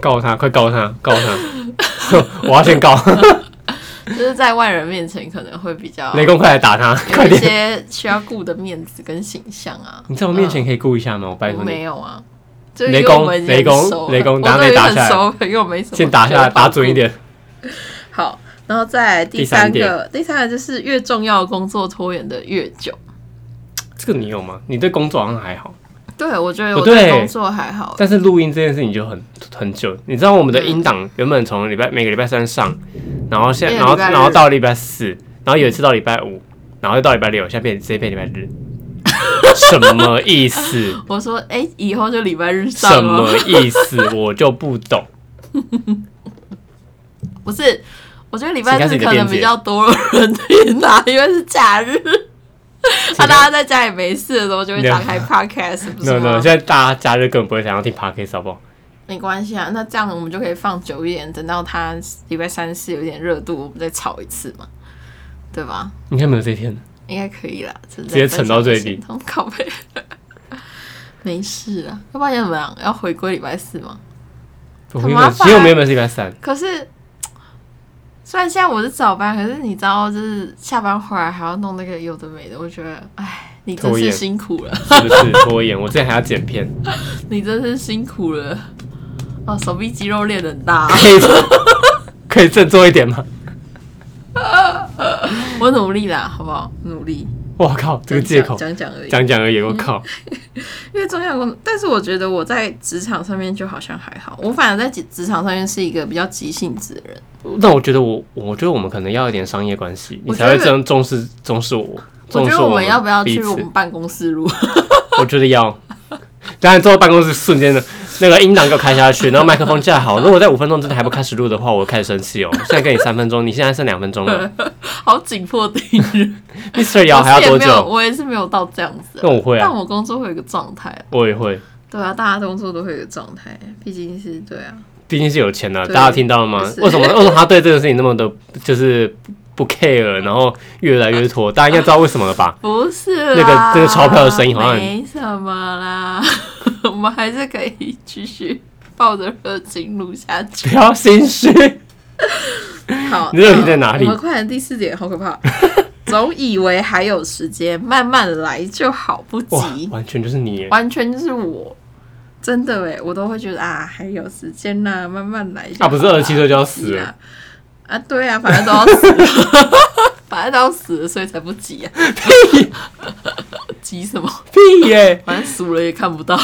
[SPEAKER 1] 告他，快告他，告他！ 我要先告
[SPEAKER 2] 就是在外人面前可能会比较
[SPEAKER 1] 雷公，快来打他，快
[SPEAKER 2] 有一
[SPEAKER 1] 点！
[SPEAKER 2] 些需要顾的面子跟形象啊。
[SPEAKER 1] 你在我面前可以顾一下吗？我拜
[SPEAKER 2] 嗯我
[SPEAKER 1] 托你，
[SPEAKER 2] 没有啊，就是
[SPEAKER 1] 雷
[SPEAKER 2] 因为我
[SPEAKER 1] 公
[SPEAKER 2] 们已经
[SPEAKER 1] 雷
[SPEAKER 2] 很
[SPEAKER 1] 公
[SPEAKER 2] 熟了
[SPEAKER 1] 雷公
[SPEAKER 2] 我
[SPEAKER 1] 打
[SPEAKER 2] 都
[SPEAKER 1] 内
[SPEAKER 2] 已经
[SPEAKER 1] 打
[SPEAKER 2] 很
[SPEAKER 1] 下来
[SPEAKER 2] 熟了，因为我没什么
[SPEAKER 1] 先打下来，
[SPEAKER 2] 觉得
[SPEAKER 1] 打准一点。
[SPEAKER 2] 好，然后再来第
[SPEAKER 1] 第三
[SPEAKER 2] 三
[SPEAKER 1] 点
[SPEAKER 2] 个，第三个就是越重要的工作拖延的越久。
[SPEAKER 1] 这个你有吗？你对工作好像还好，
[SPEAKER 2] 对，我觉得
[SPEAKER 1] 不
[SPEAKER 2] 我对
[SPEAKER 1] 哦对
[SPEAKER 2] 工作还好，
[SPEAKER 1] 但是录音这件事情就很很久。你知道我们的音
[SPEAKER 2] 嗯
[SPEAKER 1] 档原本从礼拜每个礼拜三上，然后现在然
[SPEAKER 2] 变
[SPEAKER 1] 后
[SPEAKER 2] 礼拜日
[SPEAKER 1] 然后到礼拜四，然后有一次到礼拜五，然后又到礼拜六，现在变直接变礼拜 日，什么意思？
[SPEAKER 2] 我说，哎、以后就礼拜日
[SPEAKER 1] 什
[SPEAKER 2] 上
[SPEAKER 1] 么
[SPEAKER 2] 了，
[SPEAKER 1] 意思？我就不懂。
[SPEAKER 2] 不是？我觉得礼拜
[SPEAKER 1] 请开始
[SPEAKER 2] 日
[SPEAKER 1] 你的
[SPEAKER 2] 可
[SPEAKER 1] 辩
[SPEAKER 2] 能
[SPEAKER 1] 解
[SPEAKER 2] 比较多人听啦，因为是假日，啊，大家在家里没事的时候就会
[SPEAKER 1] 没有
[SPEAKER 2] 打开 podcast，不是
[SPEAKER 1] no no，
[SPEAKER 2] 吗
[SPEAKER 1] 现？在大家假日根本不会想要听 podcast 好不好？
[SPEAKER 2] 没关系啊，那这样我们就可以放久一点，等到它礼拜三四有点热度，我们再炒一次嘛，对吧？
[SPEAKER 1] 应该没有这一天。
[SPEAKER 2] 应该可以啦，直
[SPEAKER 1] 直接沉到最低，
[SPEAKER 2] 靠背。 没事啦，要不然怎么样？要回归礼拜四吗？
[SPEAKER 1] 我
[SPEAKER 2] 很
[SPEAKER 1] 原
[SPEAKER 2] 麻
[SPEAKER 1] 本
[SPEAKER 2] 烦
[SPEAKER 1] 其实我们原本是礼拜三，
[SPEAKER 2] 可是，虽然现在我是早班，可是你知道，就是下班回来还要弄那个有的没的，我觉得，哎，你真
[SPEAKER 1] 拖
[SPEAKER 2] 是
[SPEAKER 1] 延
[SPEAKER 2] 辛苦了，
[SPEAKER 1] 是不是 拖延？我之前还要剪片，
[SPEAKER 2] 你真是辛苦了。哦，手臂肌肉练得很大、啊
[SPEAKER 1] 可以可以振作一点吗？
[SPEAKER 2] 我努力啦，好不好？努力。
[SPEAKER 1] 我靠，这个借口
[SPEAKER 2] 讲讲讲而已，
[SPEAKER 1] 讲讲而已，
[SPEAKER 2] 嗯
[SPEAKER 1] 我靠，
[SPEAKER 2] 因为重要工，但是我觉得我在职场上面就好像还好，我反而在职职场上面是一个比较急性子的人。
[SPEAKER 1] 那我觉得我，我觉得我们可能要一点商业关系，你
[SPEAKER 2] 我
[SPEAKER 1] 才
[SPEAKER 2] 觉
[SPEAKER 1] 会
[SPEAKER 2] 得
[SPEAKER 1] 重重视重视我。
[SPEAKER 2] 我
[SPEAKER 1] 重
[SPEAKER 2] 觉
[SPEAKER 1] 视
[SPEAKER 2] 得我
[SPEAKER 1] 们
[SPEAKER 2] 们要不要
[SPEAKER 1] 彼
[SPEAKER 2] 去
[SPEAKER 1] 此
[SPEAKER 2] 我们办公室录？
[SPEAKER 1] 我觉得要。 当然，坐到办公室瞬间的那个音档给我开下去，然后麦克风架好。如果在五分钟之内还不开始录的话，我会开始生气哦。现在给你三分钟，你现在剩两分钟了
[SPEAKER 2] 好紧迫的一日，
[SPEAKER 1] ，Mr.
[SPEAKER 2] 嗯我
[SPEAKER 1] 姚还要
[SPEAKER 2] 是也
[SPEAKER 1] 多
[SPEAKER 2] 没有
[SPEAKER 1] 久？
[SPEAKER 2] 我也是没有到这样子啊、
[SPEAKER 1] 那我会
[SPEAKER 2] 但
[SPEAKER 1] 啊，
[SPEAKER 2] 我工作会有一个状态啊，
[SPEAKER 1] 我也会，
[SPEAKER 2] 对啊，大家工作都会有一个状态，毕竟是对啊，
[SPEAKER 1] 毕竟是有钱的、啊
[SPEAKER 2] 对
[SPEAKER 1] 大家听到了吗
[SPEAKER 2] 就？是
[SPEAKER 1] 为什 么为什么他对这个事情那么的，就是不 care，然后越来越拖？大家应该知道为什么了 吧？
[SPEAKER 2] 不是
[SPEAKER 1] 那个
[SPEAKER 2] 啦
[SPEAKER 1] 这个钞票的声音好像
[SPEAKER 2] 没什么啦， 我们还是可以继续抱着热情录下去。
[SPEAKER 1] 不要心虚，
[SPEAKER 2] 好，
[SPEAKER 1] 你热情在哪里
[SPEAKER 2] 那我们快点第四点，好 可怕。总以为还有时间，慢慢来就好，不
[SPEAKER 1] 哇
[SPEAKER 2] 急，。
[SPEAKER 1] 完全就是你耶，
[SPEAKER 2] 完全就是我，真的哎，我都会觉得啊，还有时间啦，慢慢来就好啦。
[SPEAKER 1] 啊不是27岁就要死了
[SPEAKER 2] 不急啦啊？对啊，反正都要死 了，反正都要死了，所以才不急啊。 急什么？
[SPEAKER 1] 屁耶！
[SPEAKER 2] 反正数了也看不到。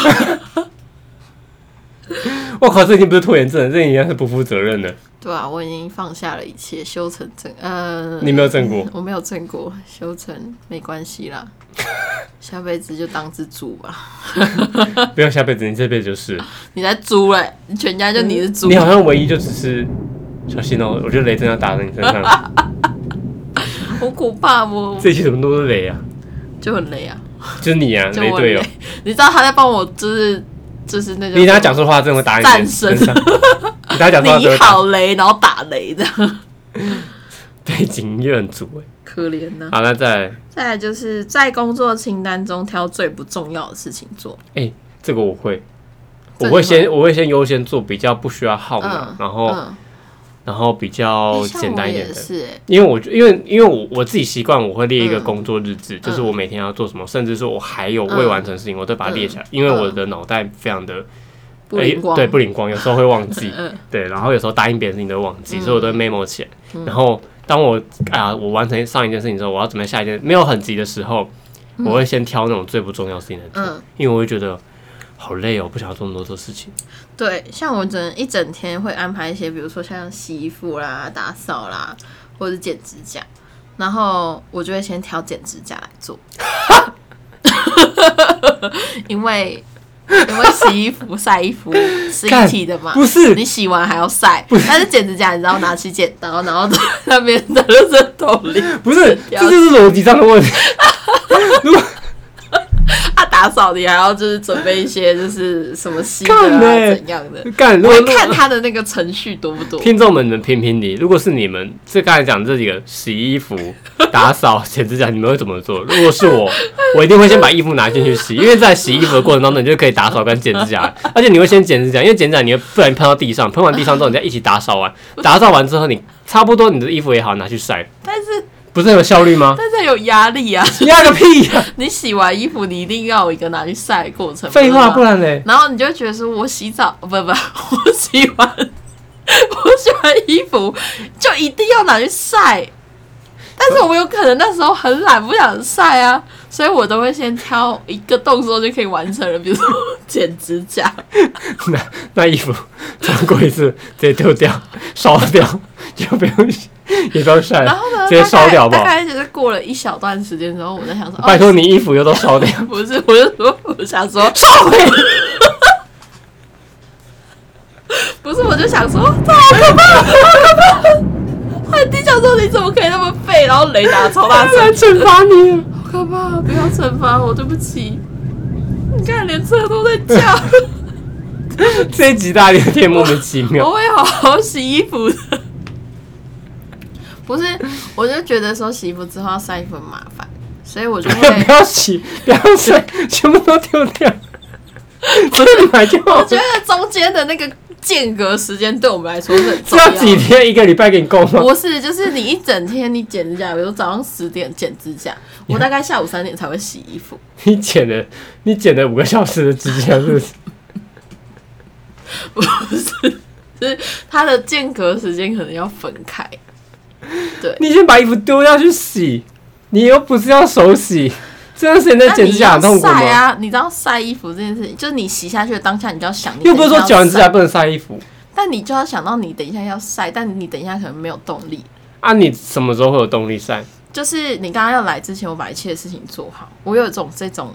[SPEAKER 1] 我靠，这已经不是拖延症了，这已经是不负责任了。
[SPEAKER 2] 对啊，我已经放下了一切，修成正呃，
[SPEAKER 1] 你没有正过，
[SPEAKER 2] 我没有正过，修成没关系 啦，下辈子就当只猪吧。嗯
[SPEAKER 1] 不用下辈子，你这辈子 就是。
[SPEAKER 2] 你在猪嘞，你全家就你是猪
[SPEAKER 1] 你，好像唯一就只是小心哦、我觉得雷真的要打在你身 上。
[SPEAKER 2] 好可怕哦，
[SPEAKER 1] 这期怎么都是雷啊？
[SPEAKER 2] 就很累啊，
[SPEAKER 1] 就是你啊，
[SPEAKER 2] 就
[SPEAKER 1] 雷
[SPEAKER 2] 我很
[SPEAKER 1] 队友
[SPEAKER 2] 累。。哦你知道他在帮我，就是就是那个，
[SPEAKER 1] 你跟他讲说话，真的会打你
[SPEAKER 2] 战神
[SPEAKER 1] 身上。你跟他讲说话，真
[SPEAKER 2] 你
[SPEAKER 1] 的会打。
[SPEAKER 2] 好雷，然后打雷这样，
[SPEAKER 1] 背景音乐很足哎。
[SPEAKER 2] 可怜啊呐、
[SPEAKER 1] 好，那再来
[SPEAKER 2] 再来就是在工作清单中挑最不重要的事情做，
[SPEAKER 1] 这个我会，
[SPEAKER 2] 这
[SPEAKER 1] 我
[SPEAKER 2] 你
[SPEAKER 1] 会
[SPEAKER 2] 会
[SPEAKER 1] 先我会先优先做比较不需要耗脑
[SPEAKER 2] 嗯，
[SPEAKER 1] 然后
[SPEAKER 2] 嗯，
[SPEAKER 1] 然后比较
[SPEAKER 2] 诶像
[SPEAKER 1] 哦简
[SPEAKER 2] 我
[SPEAKER 1] 单一
[SPEAKER 2] 也
[SPEAKER 1] 点的。
[SPEAKER 2] 是、欸，
[SPEAKER 1] 因为我因为因为我我自己习惯，我会列一个
[SPEAKER 2] 嗯
[SPEAKER 1] 工作日志，就是我每天要做什么，甚至是我还有未完成的事情，我都把它列下来，因为我的脑袋非常的
[SPEAKER 2] 嗯不灵光，，
[SPEAKER 1] 对不灵光，有时候会忘记
[SPEAKER 2] 嗯
[SPEAKER 1] 对，然后有时候答应别人事情都会忘记，所以我都会 memo 起来。然后当我啊、我完成上一件事情之后，我要准备下一件没有很急的时候，我会先挑那种最不重要的事情来做，
[SPEAKER 2] 嗯，
[SPEAKER 1] 因为我会觉得好累哦，不想要做那么多做事情。
[SPEAKER 2] 对，像我整一整天会安排一些，比如说像洗衣服啦、打扫啦，或者是剪指甲，然后我就会先挑剪指甲来 做，因为因为洗衣服、晒衣服是一
[SPEAKER 1] 干
[SPEAKER 2] 体的嘛，
[SPEAKER 1] 不是
[SPEAKER 2] 你洗完还要晒，但是剪指甲你知道拿起剪刀，然后在那边 在垃圾桶里
[SPEAKER 1] 不是，
[SPEAKER 2] 掉
[SPEAKER 1] 这就是逻辑上的问题。
[SPEAKER 2] 啊，打打扫，你还要就是准备一些就是什么新的
[SPEAKER 1] 干
[SPEAKER 2] 啊、
[SPEAKER 1] 欸
[SPEAKER 2] 怎样 的。
[SPEAKER 1] 干，如
[SPEAKER 2] 我
[SPEAKER 1] 果
[SPEAKER 2] 会看他的那个程序多不多。
[SPEAKER 1] 听众们能评评理，如果是你们，这刚才讲这几个洗衣服、打扫、剪指甲，你们会怎么做？如果是我，我一定会先把衣服拿进去洗，因为在洗衣服的过程当中，你就可以打扫跟剪指甲，而且你会先剪指甲，因为剪指甲你会不然喷到地上，喷完地上之后，你再一起打扫完，打扫完之后，你差不多你的衣服也好拿去晒，
[SPEAKER 2] 但是
[SPEAKER 1] 不是很有效率吗？
[SPEAKER 2] 但是有压力啊！
[SPEAKER 1] 压个屁呀、
[SPEAKER 2] 你洗完衣服，你一定要有一个拿去晒的过程。
[SPEAKER 1] 废话，不
[SPEAKER 2] 不是吗
[SPEAKER 1] 然嘞，
[SPEAKER 2] 然后你就会觉得说，我洗澡 不不，我洗完 我洗完衣服就一定要拿去晒。但是我有可能那时候很懒，不想晒啊，所以我都会先挑一个动作就可以完成了，比如说剪指甲。
[SPEAKER 1] 那那衣服穿过一次直接丢掉、烧掉，就不用洗，也不用晒了，
[SPEAKER 2] 然后呢，
[SPEAKER 1] 直接
[SPEAKER 2] 大概
[SPEAKER 1] 烧掉吧
[SPEAKER 2] 大概就是过了一小段时间之后，我在想说，
[SPEAKER 1] 拜
[SPEAKER 2] 哦，
[SPEAKER 1] 托你衣服又都烧 掉。
[SPEAKER 2] 不是，我就说，我想说，
[SPEAKER 1] 烧毁。
[SPEAKER 2] 不是，我就想说，这好可怕，好可怕！我弟想说，你怎么可以那么废？然后雷达 超大声
[SPEAKER 1] 来，惩罚你了。
[SPEAKER 2] 好可怕！不要惩罚我，对不起。你看，连车都在叫，
[SPEAKER 1] 这一集大家有点莫名其妙。
[SPEAKER 2] 我会好好洗衣服的。不是，我就觉得说洗衣服之后要晒衣服很麻烦，所以我就会
[SPEAKER 1] 不要洗，不要晒，全部都丢掉，自己买就好
[SPEAKER 2] 我。觉得中间的那个间隔时间对我们来说是很
[SPEAKER 1] 这
[SPEAKER 2] 重
[SPEAKER 1] 要
[SPEAKER 2] 要
[SPEAKER 1] 几
[SPEAKER 2] 的。
[SPEAKER 1] 天？一个礼拜给你够吗？
[SPEAKER 2] 不是，就是你一整天你剪指甲，比如早上十点剪指甲，我大概下午三点才会洗衣服。
[SPEAKER 1] 你剪了，你剪了五个小时的指甲，是不是？
[SPEAKER 2] 不是，就是它的间隔时间可能要分开。
[SPEAKER 1] 你先把衣服丢掉去洗，你又不是要手洗，这段时间在
[SPEAKER 2] 那
[SPEAKER 1] 剪
[SPEAKER 2] 你
[SPEAKER 1] 指甲很痛苦
[SPEAKER 2] 要晒
[SPEAKER 1] 吗？
[SPEAKER 2] 啊，你知道晒衣服这件事情，就是你洗下去的当下，你就要想你
[SPEAKER 1] 又不是说
[SPEAKER 2] 等一下
[SPEAKER 1] 剪
[SPEAKER 2] 要
[SPEAKER 1] 完指甲
[SPEAKER 2] 晒，
[SPEAKER 1] 不能晒衣服
[SPEAKER 2] 但你就要想到你等一下要晒，但你等一下可能没有动力。
[SPEAKER 1] 啊？你什么时候会有动力晒？
[SPEAKER 2] 就是你刚刚要来之前，我把一切事情做好。我有一种这种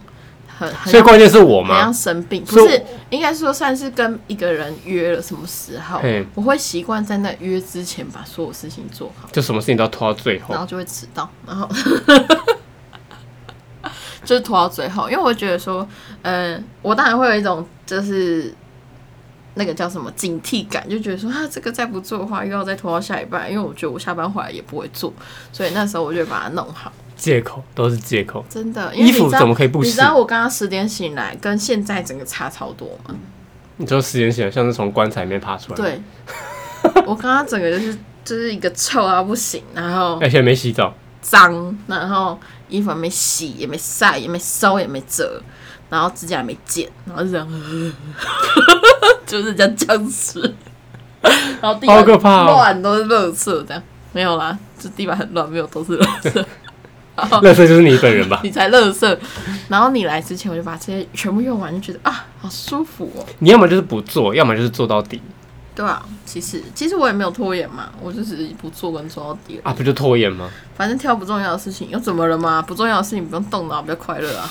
[SPEAKER 2] 很很
[SPEAKER 1] 所以关键是我
[SPEAKER 2] 很像
[SPEAKER 1] 嘛，
[SPEAKER 2] 生病，不
[SPEAKER 1] 所以
[SPEAKER 2] 是应该说算是跟一个人约了什么时候
[SPEAKER 1] 嘿，
[SPEAKER 2] 我会习惯在那约之前把所有事情做好。
[SPEAKER 1] 就什么事情都要拖到最后
[SPEAKER 2] 然。后就会迟到，然后 就是拖到最后，因为我觉得说，呃，我当然会有一种就是那个叫什么警惕感，就觉得说啊，这个再不做的话，又要再拖到下礼拜，因为我觉得我下班回来也不会做，所以那时候我就把它弄好，
[SPEAKER 1] 借口都是借口，
[SPEAKER 2] 真的。因为
[SPEAKER 1] 衣
[SPEAKER 2] 你
[SPEAKER 1] 服
[SPEAKER 2] 知道
[SPEAKER 1] 怎么可以不
[SPEAKER 2] 你
[SPEAKER 1] 洗
[SPEAKER 2] 知？道我刚刚十点醒来跟现在整个差超多吗？
[SPEAKER 1] 你说时间线像是从棺材里面爬出来，，
[SPEAKER 2] 对，我刚刚整个就是就是一个臭到不行，然后
[SPEAKER 1] 而且哎没洗澡，
[SPEAKER 2] 脏，然后衣服还没洗，也没晒，也没收，也没折，然后指甲也没剪，然后就这样， 就是这样 僵尸，然后地
[SPEAKER 1] 好
[SPEAKER 2] 板
[SPEAKER 1] 可怕哦
[SPEAKER 2] 乱都是垃圾，这样没有啦，就地板很乱，没有都是垃 圾，然后
[SPEAKER 1] 那这就是你本人吧？
[SPEAKER 2] 你才垃圾，然后你来之前我就把这些全部用完，就觉得啊，好舒服哦。
[SPEAKER 1] 你要么就是不做，要么就是做到底
[SPEAKER 2] 对啊，其实其实我也没有拖延嘛，我就只是不做跟做到底了。
[SPEAKER 1] 啊，不就拖延吗？
[SPEAKER 2] 反正挑不重要的事情又怎么了嘛？不重要的事情不用动脑，比较快 乐啊。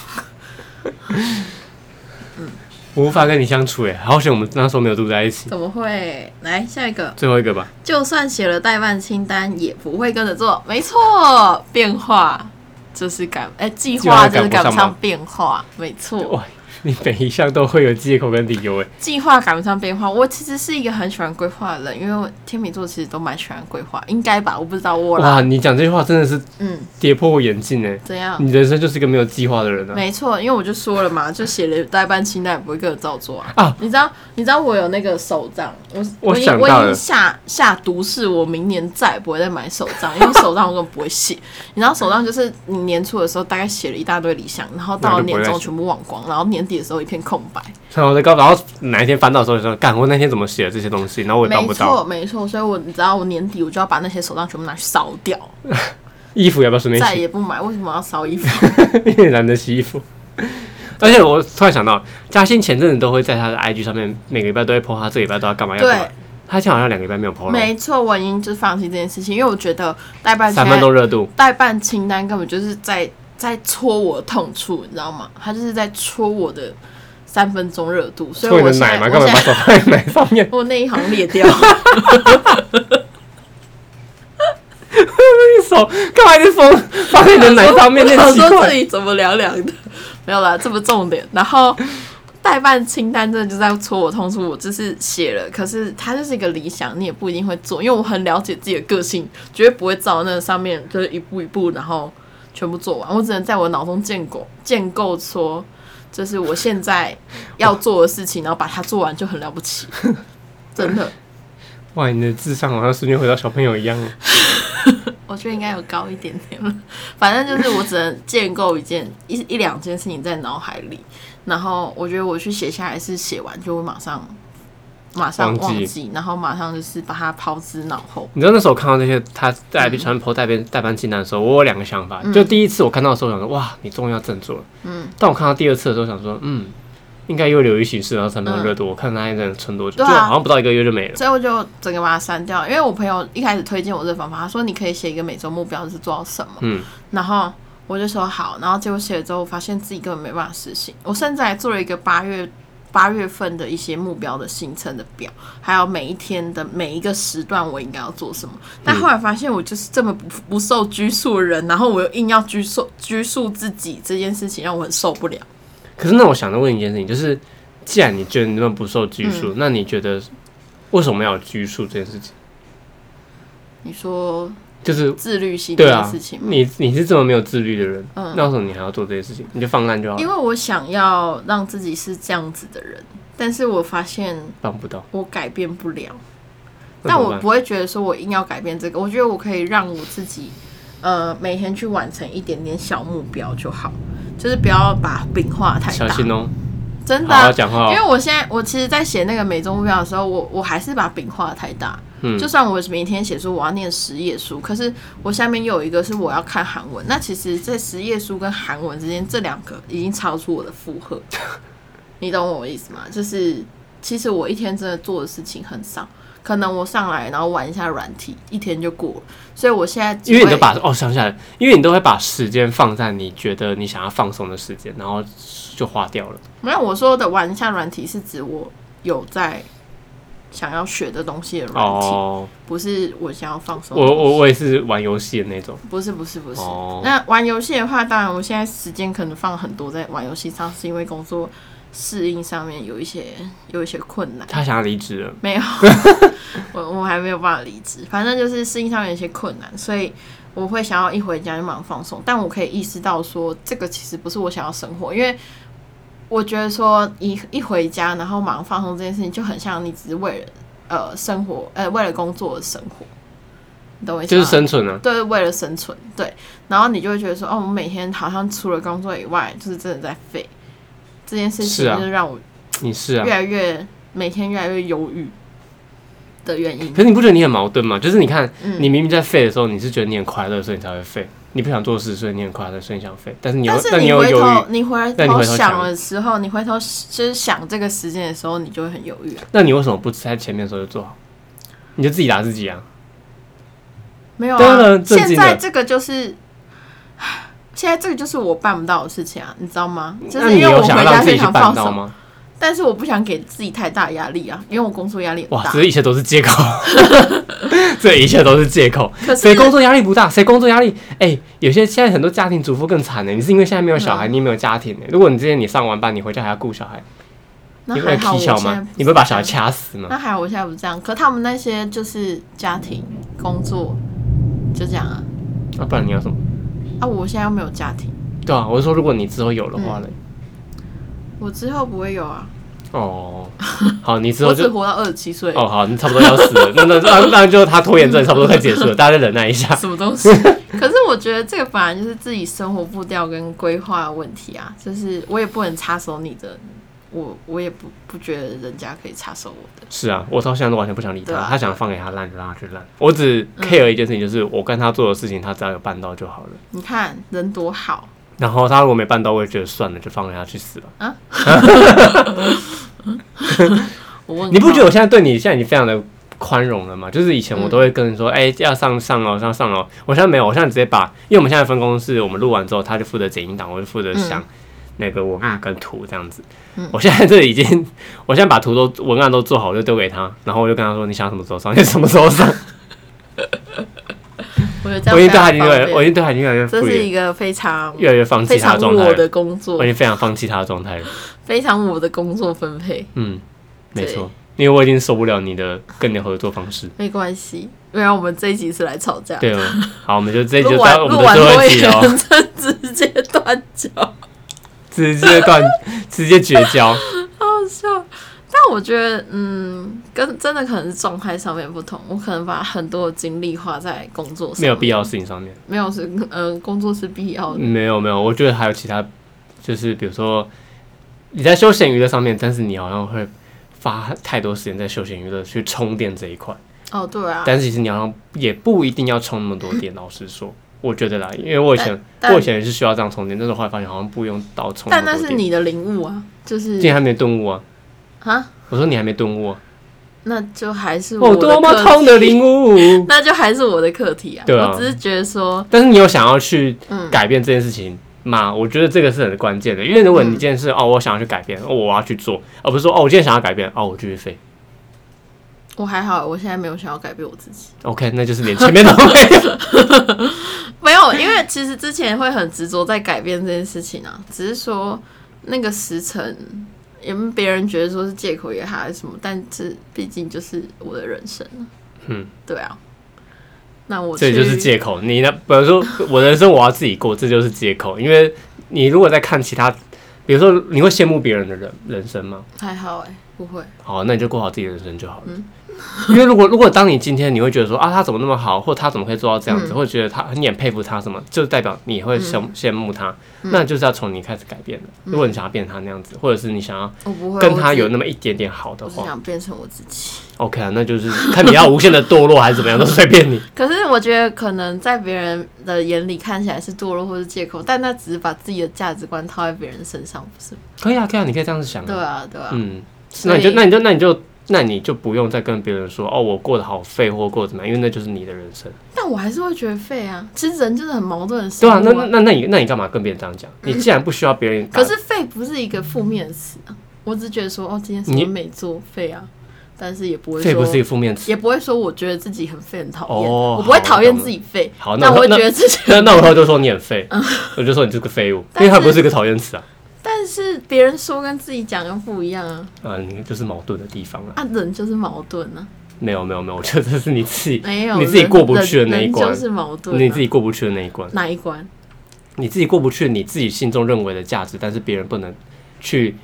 [SPEAKER 1] 我无法跟你相处哎，好险我们那时候没有住在一起。
[SPEAKER 2] 怎么会？来下一个，
[SPEAKER 1] 最后一个吧，
[SPEAKER 2] 就算写了代办清单，也不会跟着做。没错，变化就是赶，哎、计划就是赶不上变化。没错，
[SPEAKER 1] 哇，你每一项都会有借口跟理由哎，
[SPEAKER 2] 计划赶不上变化。我其实是一个很喜欢规划的人，因为我天秤座其实都蛮喜欢规划，应该吧？我不知道我啦，
[SPEAKER 1] 哇，你讲这句话真的是
[SPEAKER 2] 嗯，
[SPEAKER 1] 跌破我眼镜哎，
[SPEAKER 2] 怎样？
[SPEAKER 1] 你人生就是一个没有计划的人啊。
[SPEAKER 2] 没错，因为我就说了嘛，就写了代办清单，也不会跟着照做啊。
[SPEAKER 1] 啊
[SPEAKER 2] 你知道，你知道我有那个手账，我
[SPEAKER 1] 我
[SPEAKER 2] 我已
[SPEAKER 1] 想
[SPEAKER 2] 我
[SPEAKER 1] 到
[SPEAKER 2] 已经
[SPEAKER 1] 了
[SPEAKER 2] 下下毒誓，我明年再也不会再买手账，因为手账我根本不会写。 你知道手账就是你年初的时候大概写了一大堆理想，然后到了
[SPEAKER 1] 那就不会
[SPEAKER 2] 年
[SPEAKER 1] 再
[SPEAKER 2] 终
[SPEAKER 1] 写
[SPEAKER 2] 全部忘光，然后年底的时候一片空白。
[SPEAKER 1] 然后在高，然后哪一天翻到的时候就说，干我那天怎么写的这些东西，然后我也帮
[SPEAKER 2] 没
[SPEAKER 1] 不
[SPEAKER 2] 错，
[SPEAKER 1] 到。
[SPEAKER 2] 没错，所以我你知道我年底我就要把那些手账全部拿去烧掉，
[SPEAKER 1] 衣服要不要顺便
[SPEAKER 2] 再
[SPEAKER 1] 洗？
[SPEAKER 2] 也不买。为什么要烧衣服？
[SPEAKER 1] 因为懒得洗衣服。而且我突然想到，嘉欣前阵子都会在他的 IG 上面，每个礼拜都会 po 他这礼拜都要干嘛要干嘛
[SPEAKER 2] 对。
[SPEAKER 1] 他现在好像两个礼拜没有 po 了，
[SPEAKER 2] 没错，我已经就是放弃这件事情，因为我觉得代办
[SPEAKER 1] 三
[SPEAKER 2] 清
[SPEAKER 1] 分
[SPEAKER 2] 单
[SPEAKER 1] 钟热度。
[SPEAKER 2] 代办清单根本就是在在戳我的痛处，你知道吗？他就是在戳我的三分钟热度，所以
[SPEAKER 1] 搓你
[SPEAKER 2] 我
[SPEAKER 1] 的
[SPEAKER 2] 现
[SPEAKER 1] 奶
[SPEAKER 2] 在
[SPEAKER 1] 嘛，干
[SPEAKER 2] 我
[SPEAKER 1] 嘛
[SPEAKER 2] 现
[SPEAKER 1] 把
[SPEAKER 2] 在
[SPEAKER 1] 手放在奶上面？
[SPEAKER 2] 我那一行裂掉，
[SPEAKER 1] 手干嘛一直放放在你的奶上面？
[SPEAKER 2] 我
[SPEAKER 1] 那
[SPEAKER 2] 想
[SPEAKER 1] 奇
[SPEAKER 2] 说这
[SPEAKER 1] 怪，
[SPEAKER 2] 里怎么凉凉的？没有啦，这不重点。然后代办清单真的就在戳我痛处，我就是写了，可是它就是一个理想，你也不一定会做，因为我很了解自己的个性，绝对不会照那上面就是一步一步，然后全部做完。我只能在我脑中建构建构说，就是我现在要做的事情，然后把它做完就很了不起，真的。
[SPEAKER 1] 哇，你的智商好像瞬间回到小朋友一样。
[SPEAKER 2] 我觉得应该有高一点点了。 反正就是我只能建构一件一一两件事情在脑海里，然后我觉得我去写下来是写完就会马上马上
[SPEAKER 1] 忘
[SPEAKER 2] 忘
[SPEAKER 1] 记
[SPEAKER 2] 记，然后马上就是把它抛之脑后。
[SPEAKER 1] 你知道那时候我看到这些他在 IP 传播代班代班清单的
[SPEAKER 2] 嗯
[SPEAKER 1] 时候，我有两个想法。就第一次我看到的时候，我想说哇，你终于要振作了。嗯。但我看到第二次的时候，想说嗯，应该又流于形式，啊然后才没有热度。我看他一个人撑多久，
[SPEAKER 2] 对
[SPEAKER 1] 就
[SPEAKER 2] 啊
[SPEAKER 1] 好像不到一个月就没了。
[SPEAKER 2] 所以我就整个把它删掉，因为我朋友一开始推荐我这个方法，他说你可以写一个每周目标是做到什么，
[SPEAKER 1] 嗯，
[SPEAKER 2] 然后我就说好，然后结果写了之后，我发现自己根本没办法实行，我甚至还做了一个八月八月份的一些目标的行程的表，还有每一天的每一个时段我应该要做什么，但后来发现我就是这么不不受拘束的人，然后我又硬要拘束拘束自己这件事情让我很受不了。
[SPEAKER 1] 可是那我想再问一件事情，就是既然你觉得你那么不受拘
[SPEAKER 2] 嗯
[SPEAKER 1] 束，那你觉得为什么要有拘束这件事情？
[SPEAKER 2] 你说
[SPEAKER 1] 就是
[SPEAKER 2] 自律性这
[SPEAKER 1] 对
[SPEAKER 2] 件
[SPEAKER 1] 啊
[SPEAKER 2] 事情，吗？
[SPEAKER 1] 你你是这么没有自律的人，
[SPEAKER 2] 嗯
[SPEAKER 1] 那为什么你还要做这些事情？你就放烂就好
[SPEAKER 2] 因
[SPEAKER 1] 了，
[SPEAKER 2] 为我想要让自己是这样子的人，但是我发现
[SPEAKER 1] 办不到。
[SPEAKER 2] 我改变不了。
[SPEAKER 1] 那
[SPEAKER 2] 但
[SPEAKER 1] 怎么
[SPEAKER 2] 我
[SPEAKER 1] 办
[SPEAKER 2] 不会觉得说我硬要改变这个，我觉得我可以让我自己，呃，每天去完成一点点小目标就好，就是不要把饼画得太
[SPEAKER 1] 小
[SPEAKER 2] 大。
[SPEAKER 1] 心哦、
[SPEAKER 2] 真的
[SPEAKER 1] 好
[SPEAKER 2] 啊、
[SPEAKER 1] 好讲话
[SPEAKER 2] 因为
[SPEAKER 1] 哦、
[SPEAKER 2] 我现在我其实，在写那个每周目标的时候，我我还是把饼画得太大。
[SPEAKER 1] 嗯
[SPEAKER 2] 就算我每天写说我要念十页书，可是我下面又有一个是我要看韩文，那其实这十页书跟韩文之间这两个已经超出我的负荷， 你懂我意思吗？就是其实我一天真的做的事情很少，可能我上来然后玩一下软体，一天就过了，所以我现在只
[SPEAKER 1] 因为你都
[SPEAKER 2] 会
[SPEAKER 1] 把哦想起来了，因为你都会把时间放在你觉得你想要放松的时间，然后就花掉了。
[SPEAKER 2] 没有我说的玩一下软体是指我有在想要学的东西的软体。
[SPEAKER 1] 哦，
[SPEAKER 2] 不是我想要放松的
[SPEAKER 1] 我
[SPEAKER 2] 东西。
[SPEAKER 1] 我我也是玩游戏的那种。
[SPEAKER 2] 不是不是不是。
[SPEAKER 1] 哦，
[SPEAKER 2] 那玩游戏的话，当然我现在时间可能放很多在玩游戏上，是因为工作适应上面有一些有一些困难。
[SPEAKER 1] 他想要离职了，
[SPEAKER 2] 没有， 我我还没有办法离职，反正就是适应上面有一些困难，所以我会想要一回家就马上放松。但我可以意识到说，这个其实不是我想要生活，因为我觉得说一一回家然后马上放松这件事情，就很像你只是为了呃生活呃为了工作而生活，你懂我意思
[SPEAKER 1] 就
[SPEAKER 2] 吗？
[SPEAKER 1] 是生存啊。
[SPEAKER 2] 对，为了生存，对，然后你就会觉得说，哦，我每天好像除了工作以外，就是真的在废。这件事
[SPEAKER 1] 是
[SPEAKER 2] 情
[SPEAKER 1] 啊
[SPEAKER 2] 就是让我
[SPEAKER 1] 你是啊
[SPEAKER 2] 越，来越、每天越来越忧郁的原因。
[SPEAKER 1] 可是你不觉得你很矛盾吗？就是你看，
[SPEAKER 2] 嗯
[SPEAKER 1] 你明明在废的时候，你是觉得你很快乐，所以你才会废；你不想做事，所以你很快乐，所以你想废。但是你又
[SPEAKER 2] 但，是
[SPEAKER 1] 但你
[SPEAKER 2] 你
[SPEAKER 1] 又
[SPEAKER 2] 回
[SPEAKER 1] 犹
[SPEAKER 2] 头
[SPEAKER 1] 豫，，
[SPEAKER 2] 你回
[SPEAKER 1] 但你
[SPEAKER 2] 头
[SPEAKER 1] 回头
[SPEAKER 2] 想
[SPEAKER 1] 想
[SPEAKER 2] 的时候，你回头就是想这个时间的时候，你就会很犹豫啊。
[SPEAKER 1] 那你为什么不在前面的时候就做好？你就自己打自己啊！
[SPEAKER 2] 没有
[SPEAKER 1] 当
[SPEAKER 2] 啊
[SPEAKER 1] 然，正
[SPEAKER 2] 现
[SPEAKER 1] 经
[SPEAKER 2] 在
[SPEAKER 1] 的
[SPEAKER 2] 这个就是， 现在这个就是我办不到的事情啊，你知道吗？就
[SPEAKER 1] 那
[SPEAKER 2] 是因
[SPEAKER 1] 你
[SPEAKER 2] 为我
[SPEAKER 1] 有
[SPEAKER 2] 回
[SPEAKER 1] 想要
[SPEAKER 2] 家
[SPEAKER 1] 让自
[SPEAKER 2] 非
[SPEAKER 1] 己去
[SPEAKER 2] 常
[SPEAKER 1] 办
[SPEAKER 2] 放
[SPEAKER 1] 到
[SPEAKER 2] 松，
[SPEAKER 1] 吗？
[SPEAKER 2] 但是我不想给自己太大压力啊，因为我工作压力很
[SPEAKER 1] 哇，
[SPEAKER 2] 大
[SPEAKER 1] 这。一切都是借口， 这一切都是借口。
[SPEAKER 2] 可是
[SPEAKER 1] 谁工作压力不大？谁工作压力？哎、有些现在很多家庭主妇更惨呢、你是因为现在没有小孩，
[SPEAKER 2] 嗯
[SPEAKER 1] 你也没有家庭呢、如果你之前你上完班，你回家还要顾小孩，
[SPEAKER 2] 那
[SPEAKER 1] 你
[SPEAKER 2] 还
[SPEAKER 1] 会
[SPEAKER 2] 好
[SPEAKER 1] 踢
[SPEAKER 2] 我
[SPEAKER 1] 小
[SPEAKER 2] 现在
[SPEAKER 1] 吗
[SPEAKER 2] 不？
[SPEAKER 1] 你
[SPEAKER 2] 是
[SPEAKER 1] 会把
[SPEAKER 2] 这
[SPEAKER 1] 小孩
[SPEAKER 2] 样？
[SPEAKER 1] 掐死吗？
[SPEAKER 2] 那还好我现在不是这样，可他们那些就是家庭、工作，就这样啊。
[SPEAKER 1] 那、不然你要什么？
[SPEAKER 2] 啊，我现在又没有家庭，
[SPEAKER 1] 对啊，我是说，如果你之后有的话嘞，
[SPEAKER 2] 我之后不会有啊。
[SPEAKER 1] 哦，好，你之后
[SPEAKER 2] 我只
[SPEAKER 1] 就
[SPEAKER 2] 活到二十七岁，
[SPEAKER 1] 哦，好，你差不多要死 了，那那那那就他拖延症差不多快结束了，大家再忍耐一 下。
[SPEAKER 2] 什 么东西？可是我觉得这个本来就是自己生活步调跟规划的问题啊，就是我也不能插手你的，我我也不不觉得人家可以插手我的。
[SPEAKER 1] 是啊，我到现在都完全不想理
[SPEAKER 2] 对
[SPEAKER 1] 他，
[SPEAKER 2] 啊
[SPEAKER 1] 他想放给他烂就让他去烂。我只 care 一件事情，就是我跟他做的事情，他只要有办到就好了。
[SPEAKER 2] 你看人多好，
[SPEAKER 1] 然后他如果没办到，我也觉得算了，就放给他去死吧。
[SPEAKER 2] 我问
[SPEAKER 1] 你不觉得
[SPEAKER 2] 号
[SPEAKER 1] 我现在对你现在已经非常的宽容了吗？就是以前
[SPEAKER 2] 嗯
[SPEAKER 1] 我都会跟你说，哎、要上上哦，上上哦。我现在没有，我现在直接把，因为我们现在分工是我们录完之后，他就负责剪音档，我就负责
[SPEAKER 2] 嗯
[SPEAKER 1] 想那个文案跟图这样子。我现在这已经， 我现在把图都文案都做好，我就丢给他，然后我就跟他说，你想什么时候上就什么时候上。
[SPEAKER 2] 我觉得这样
[SPEAKER 1] 我已经
[SPEAKER 2] 非
[SPEAKER 1] 对他
[SPEAKER 2] 常
[SPEAKER 1] 已经
[SPEAKER 2] 方
[SPEAKER 1] 越来越，我已
[SPEAKER 2] 便。
[SPEAKER 1] 经对他已经越来越
[SPEAKER 2] 这
[SPEAKER 1] 敷
[SPEAKER 2] 是
[SPEAKER 1] 衍，
[SPEAKER 2] 一个非常
[SPEAKER 1] 越来越放弃
[SPEAKER 2] 非
[SPEAKER 1] 他
[SPEAKER 2] 常
[SPEAKER 1] 的状态
[SPEAKER 2] 我
[SPEAKER 1] 了，
[SPEAKER 2] 的工作
[SPEAKER 1] 我已，经非常放弃他的状态了。
[SPEAKER 2] 非常我的工作分配，
[SPEAKER 1] 嗯，没
[SPEAKER 2] 对
[SPEAKER 1] 错，因为我已经受不了你的跟你的合作方式。
[SPEAKER 2] 没关系。不然我们这一集是来吵架，
[SPEAKER 1] 对哦，好，我们就这一集
[SPEAKER 2] 录
[SPEAKER 1] 就
[SPEAKER 2] 完
[SPEAKER 1] 到我
[SPEAKER 2] 录
[SPEAKER 1] 们的
[SPEAKER 2] 完
[SPEAKER 1] 最后
[SPEAKER 2] 会
[SPEAKER 1] 一集哦，
[SPEAKER 2] 员证直接断交，好
[SPEAKER 1] 直接断，直接绝交。
[SPEAKER 2] 笑。但我觉得，嗯，跟真的可能是状态上面不同，我可能把很多的精力花在工作上，
[SPEAKER 1] 没有必，要的事情上面。
[SPEAKER 2] 没有是，呃，工作是必要的，
[SPEAKER 1] 没有没有，我觉得还有其他，就是比如说你在休闲娱乐上面，但是你好像会花太多时间在休闲娱乐去充电这一块，
[SPEAKER 2] 哦，对啊，
[SPEAKER 1] 但是其实你好像也不一定要充那么多电。老实说，我觉得啦，因为我以前
[SPEAKER 2] 但
[SPEAKER 1] 我以前也是需要这样充电，但是我后来发现好像不用到充
[SPEAKER 2] 但
[SPEAKER 1] 么
[SPEAKER 2] 那
[SPEAKER 1] 多
[SPEAKER 2] 是
[SPEAKER 1] 电。
[SPEAKER 2] 你的领悟啊，就是
[SPEAKER 1] 竟然还没顿悟啊！
[SPEAKER 2] 啊，
[SPEAKER 1] 我说你还没顿悟、啊，
[SPEAKER 2] 那就还是
[SPEAKER 1] 哦啊我
[SPEAKER 2] 我
[SPEAKER 1] 多么
[SPEAKER 2] 的课。
[SPEAKER 1] 痛的领悟
[SPEAKER 2] 那就还是我的课题啊。
[SPEAKER 1] 对啊
[SPEAKER 2] 我只是觉得说，
[SPEAKER 1] 但是你有想要去
[SPEAKER 2] 嗯，
[SPEAKER 1] 改变这件事情嘛，我觉得这个是很关键的，因为如果你今天
[SPEAKER 2] 嗯
[SPEAKER 1] 是、哦，我想要去改变，哦，我要去做，而不是说哦，我今天想要改变，哦，我继续飞。
[SPEAKER 2] 我还好，我现在没有想要改变我自己。
[SPEAKER 1] OK，那就是 连前面都没有。
[SPEAKER 2] 没有，因为其实之前会很执着在改变这件事情啊，只是说那个时辰，因为别人觉得说是借口也好还是什么，但这毕竟就是我的人生啊。
[SPEAKER 1] 嗯，
[SPEAKER 2] 对啊。那我
[SPEAKER 1] 这
[SPEAKER 2] 去
[SPEAKER 1] 就是借口。你呢？比如说我的人生我要自己过，这就是借口。因为你如果在看其他，比如说你会羡慕别人的人人生吗？
[SPEAKER 2] 还好哎、不会。
[SPEAKER 1] 好，那你就过好自己的人生就好了。
[SPEAKER 2] 嗯
[SPEAKER 1] 因为如果如果当你今天你会觉得说啊他怎么那么好，或他怎么可以做到这样子，
[SPEAKER 2] 嗯
[SPEAKER 1] 或者觉得他你很佩服他什么，就代表你会羡羡慕他，那就是要从你开始改变的。
[SPEAKER 2] 嗯
[SPEAKER 1] 如果你想要变成他那样子，或者是你想要
[SPEAKER 2] 我不会
[SPEAKER 1] 跟他有
[SPEAKER 2] 我只
[SPEAKER 1] 那么一点点好的
[SPEAKER 2] 我只
[SPEAKER 1] 话
[SPEAKER 2] 想变成我自己。
[SPEAKER 1] ，OK 啊，那就是看你要无限的堕落还是怎么样，都随便你。
[SPEAKER 2] 可是我觉得，可能在别人的眼里看起来是堕落或是借口，但那只是把自己的价值观套在别人身上，不是吗？
[SPEAKER 1] 可以啊，可以啊，你可以这样子想
[SPEAKER 2] 对
[SPEAKER 1] 啊。
[SPEAKER 2] 啊，对啊。
[SPEAKER 1] 嗯，
[SPEAKER 2] 所
[SPEAKER 1] 那
[SPEAKER 2] 以
[SPEAKER 1] 你就那你就那你就那你就不用再跟别人说哦我过得好废或过得怎么样，因为那就是你的人生。
[SPEAKER 2] 但我还是会觉得废啊。其实人就是很矛盾的生
[SPEAKER 1] 对啊，
[SPEAKER 2] 物
[SPEAKER 1] 那那那那你那你干嘛跟别人这样讲？你既然不需要别人，
[SPEAKER 2] 可是废不是一个负面的词啊。我只觉得说，哦，今天什
[SPEAKER 1] 你
[SPEAKER 2] 么没做废啊，但是也不会
[SPEAKER 1] 废不
[SPEAKER 2] 说，
[SPEAKER 1] 是一个负面词。
[SPEAKER 2] 也不会说我觉得自己很废很讨厌，
[SPEAKER 1] 哦
[SPEAKER 2] 我不会
[SPEAKER 1] 好
[SPEAKER 2] 讨厌
[SPEAKER 1] 懂了
[SPEAKER 2] 自己废，
[SPEAKER 1] 好，那
[SPEAKER 2] 但我
[SPEAKER 1] 我
[SPEAKER 2] 会
[SPEAKER 1] 那
[SPEAKER 2] 觉得自己
[SPEAKER 1] 那那我以后就说你很废，我就说你是个废物，因
[SPEAKER 2] 嗯但
[SPEAKER 1] 为它
[SPEAKER 2] 是
[SPEAKER 1] 不是一个讨厌词啊，
[SPEAKER 2] 但是别人说跟自己讲又不一样啊，
[SPEAKER 1] 啊，你就是矛盾的地方啊。
[SPEAKER 2] 啊，人就是矛盾啊，
[SPEAKER 1] 没有没有没有，我觉得这是你自己
[SPEAKER 2] 没有
[SPEAKER 1] 你自己
[SPEAKER 2] 人
[SPEAKER 1] 过不去的
[SPEAKER 2] 人
[SPEAKER 1] 那一
[SPEAKER 2] 人
[SPEAKER 1] 关
[SPEAKER 2] 就是矛盾、啊，
[SPEAKER 1] 你自己过不去的那一关，
[SPEAKER 2] 哪一关？
[SPEAKER 1] 你自己过不去你自己心中认为的价值，但是别人不能去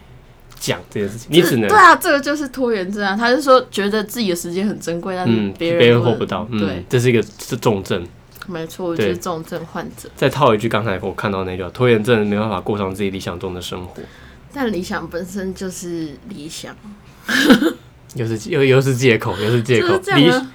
[SPEAKER 1] 讲这件事情，你只能
[SPEAKER 2] 对啊，这个就是拖延症啊。他是说觉得自己的时间很珍贵，但是
[SPEAKER 1] 嗯，
[SPEAKER 2] 别
[SPEAKER 1] 别人
[SPEAKER 2] 人能
[SPEAKER 1] 活不到，嗯
[SPEAKER 2] 对，，
[SPEAKER 1] 这是一个是重症。
[SPEAKER 2] 没错，我就是
[SPEAKER 1] 对
[SPEAKER 2] 这种症患者。
[SPEAKER 1] 再套一句刚才我看到那句，拖延症没办法过上自己理想中的生活，
[SPEAKER 2] 但理想本身就是理想，
[SPEAKER 1] 又是又又是借口，又是借
[SPEAKER 2] 就
[SPEAKER 1] 口
[SPEAKER 2] 是这，
[SPEAKER 1] 理
[SPEAKER 2] 样啊。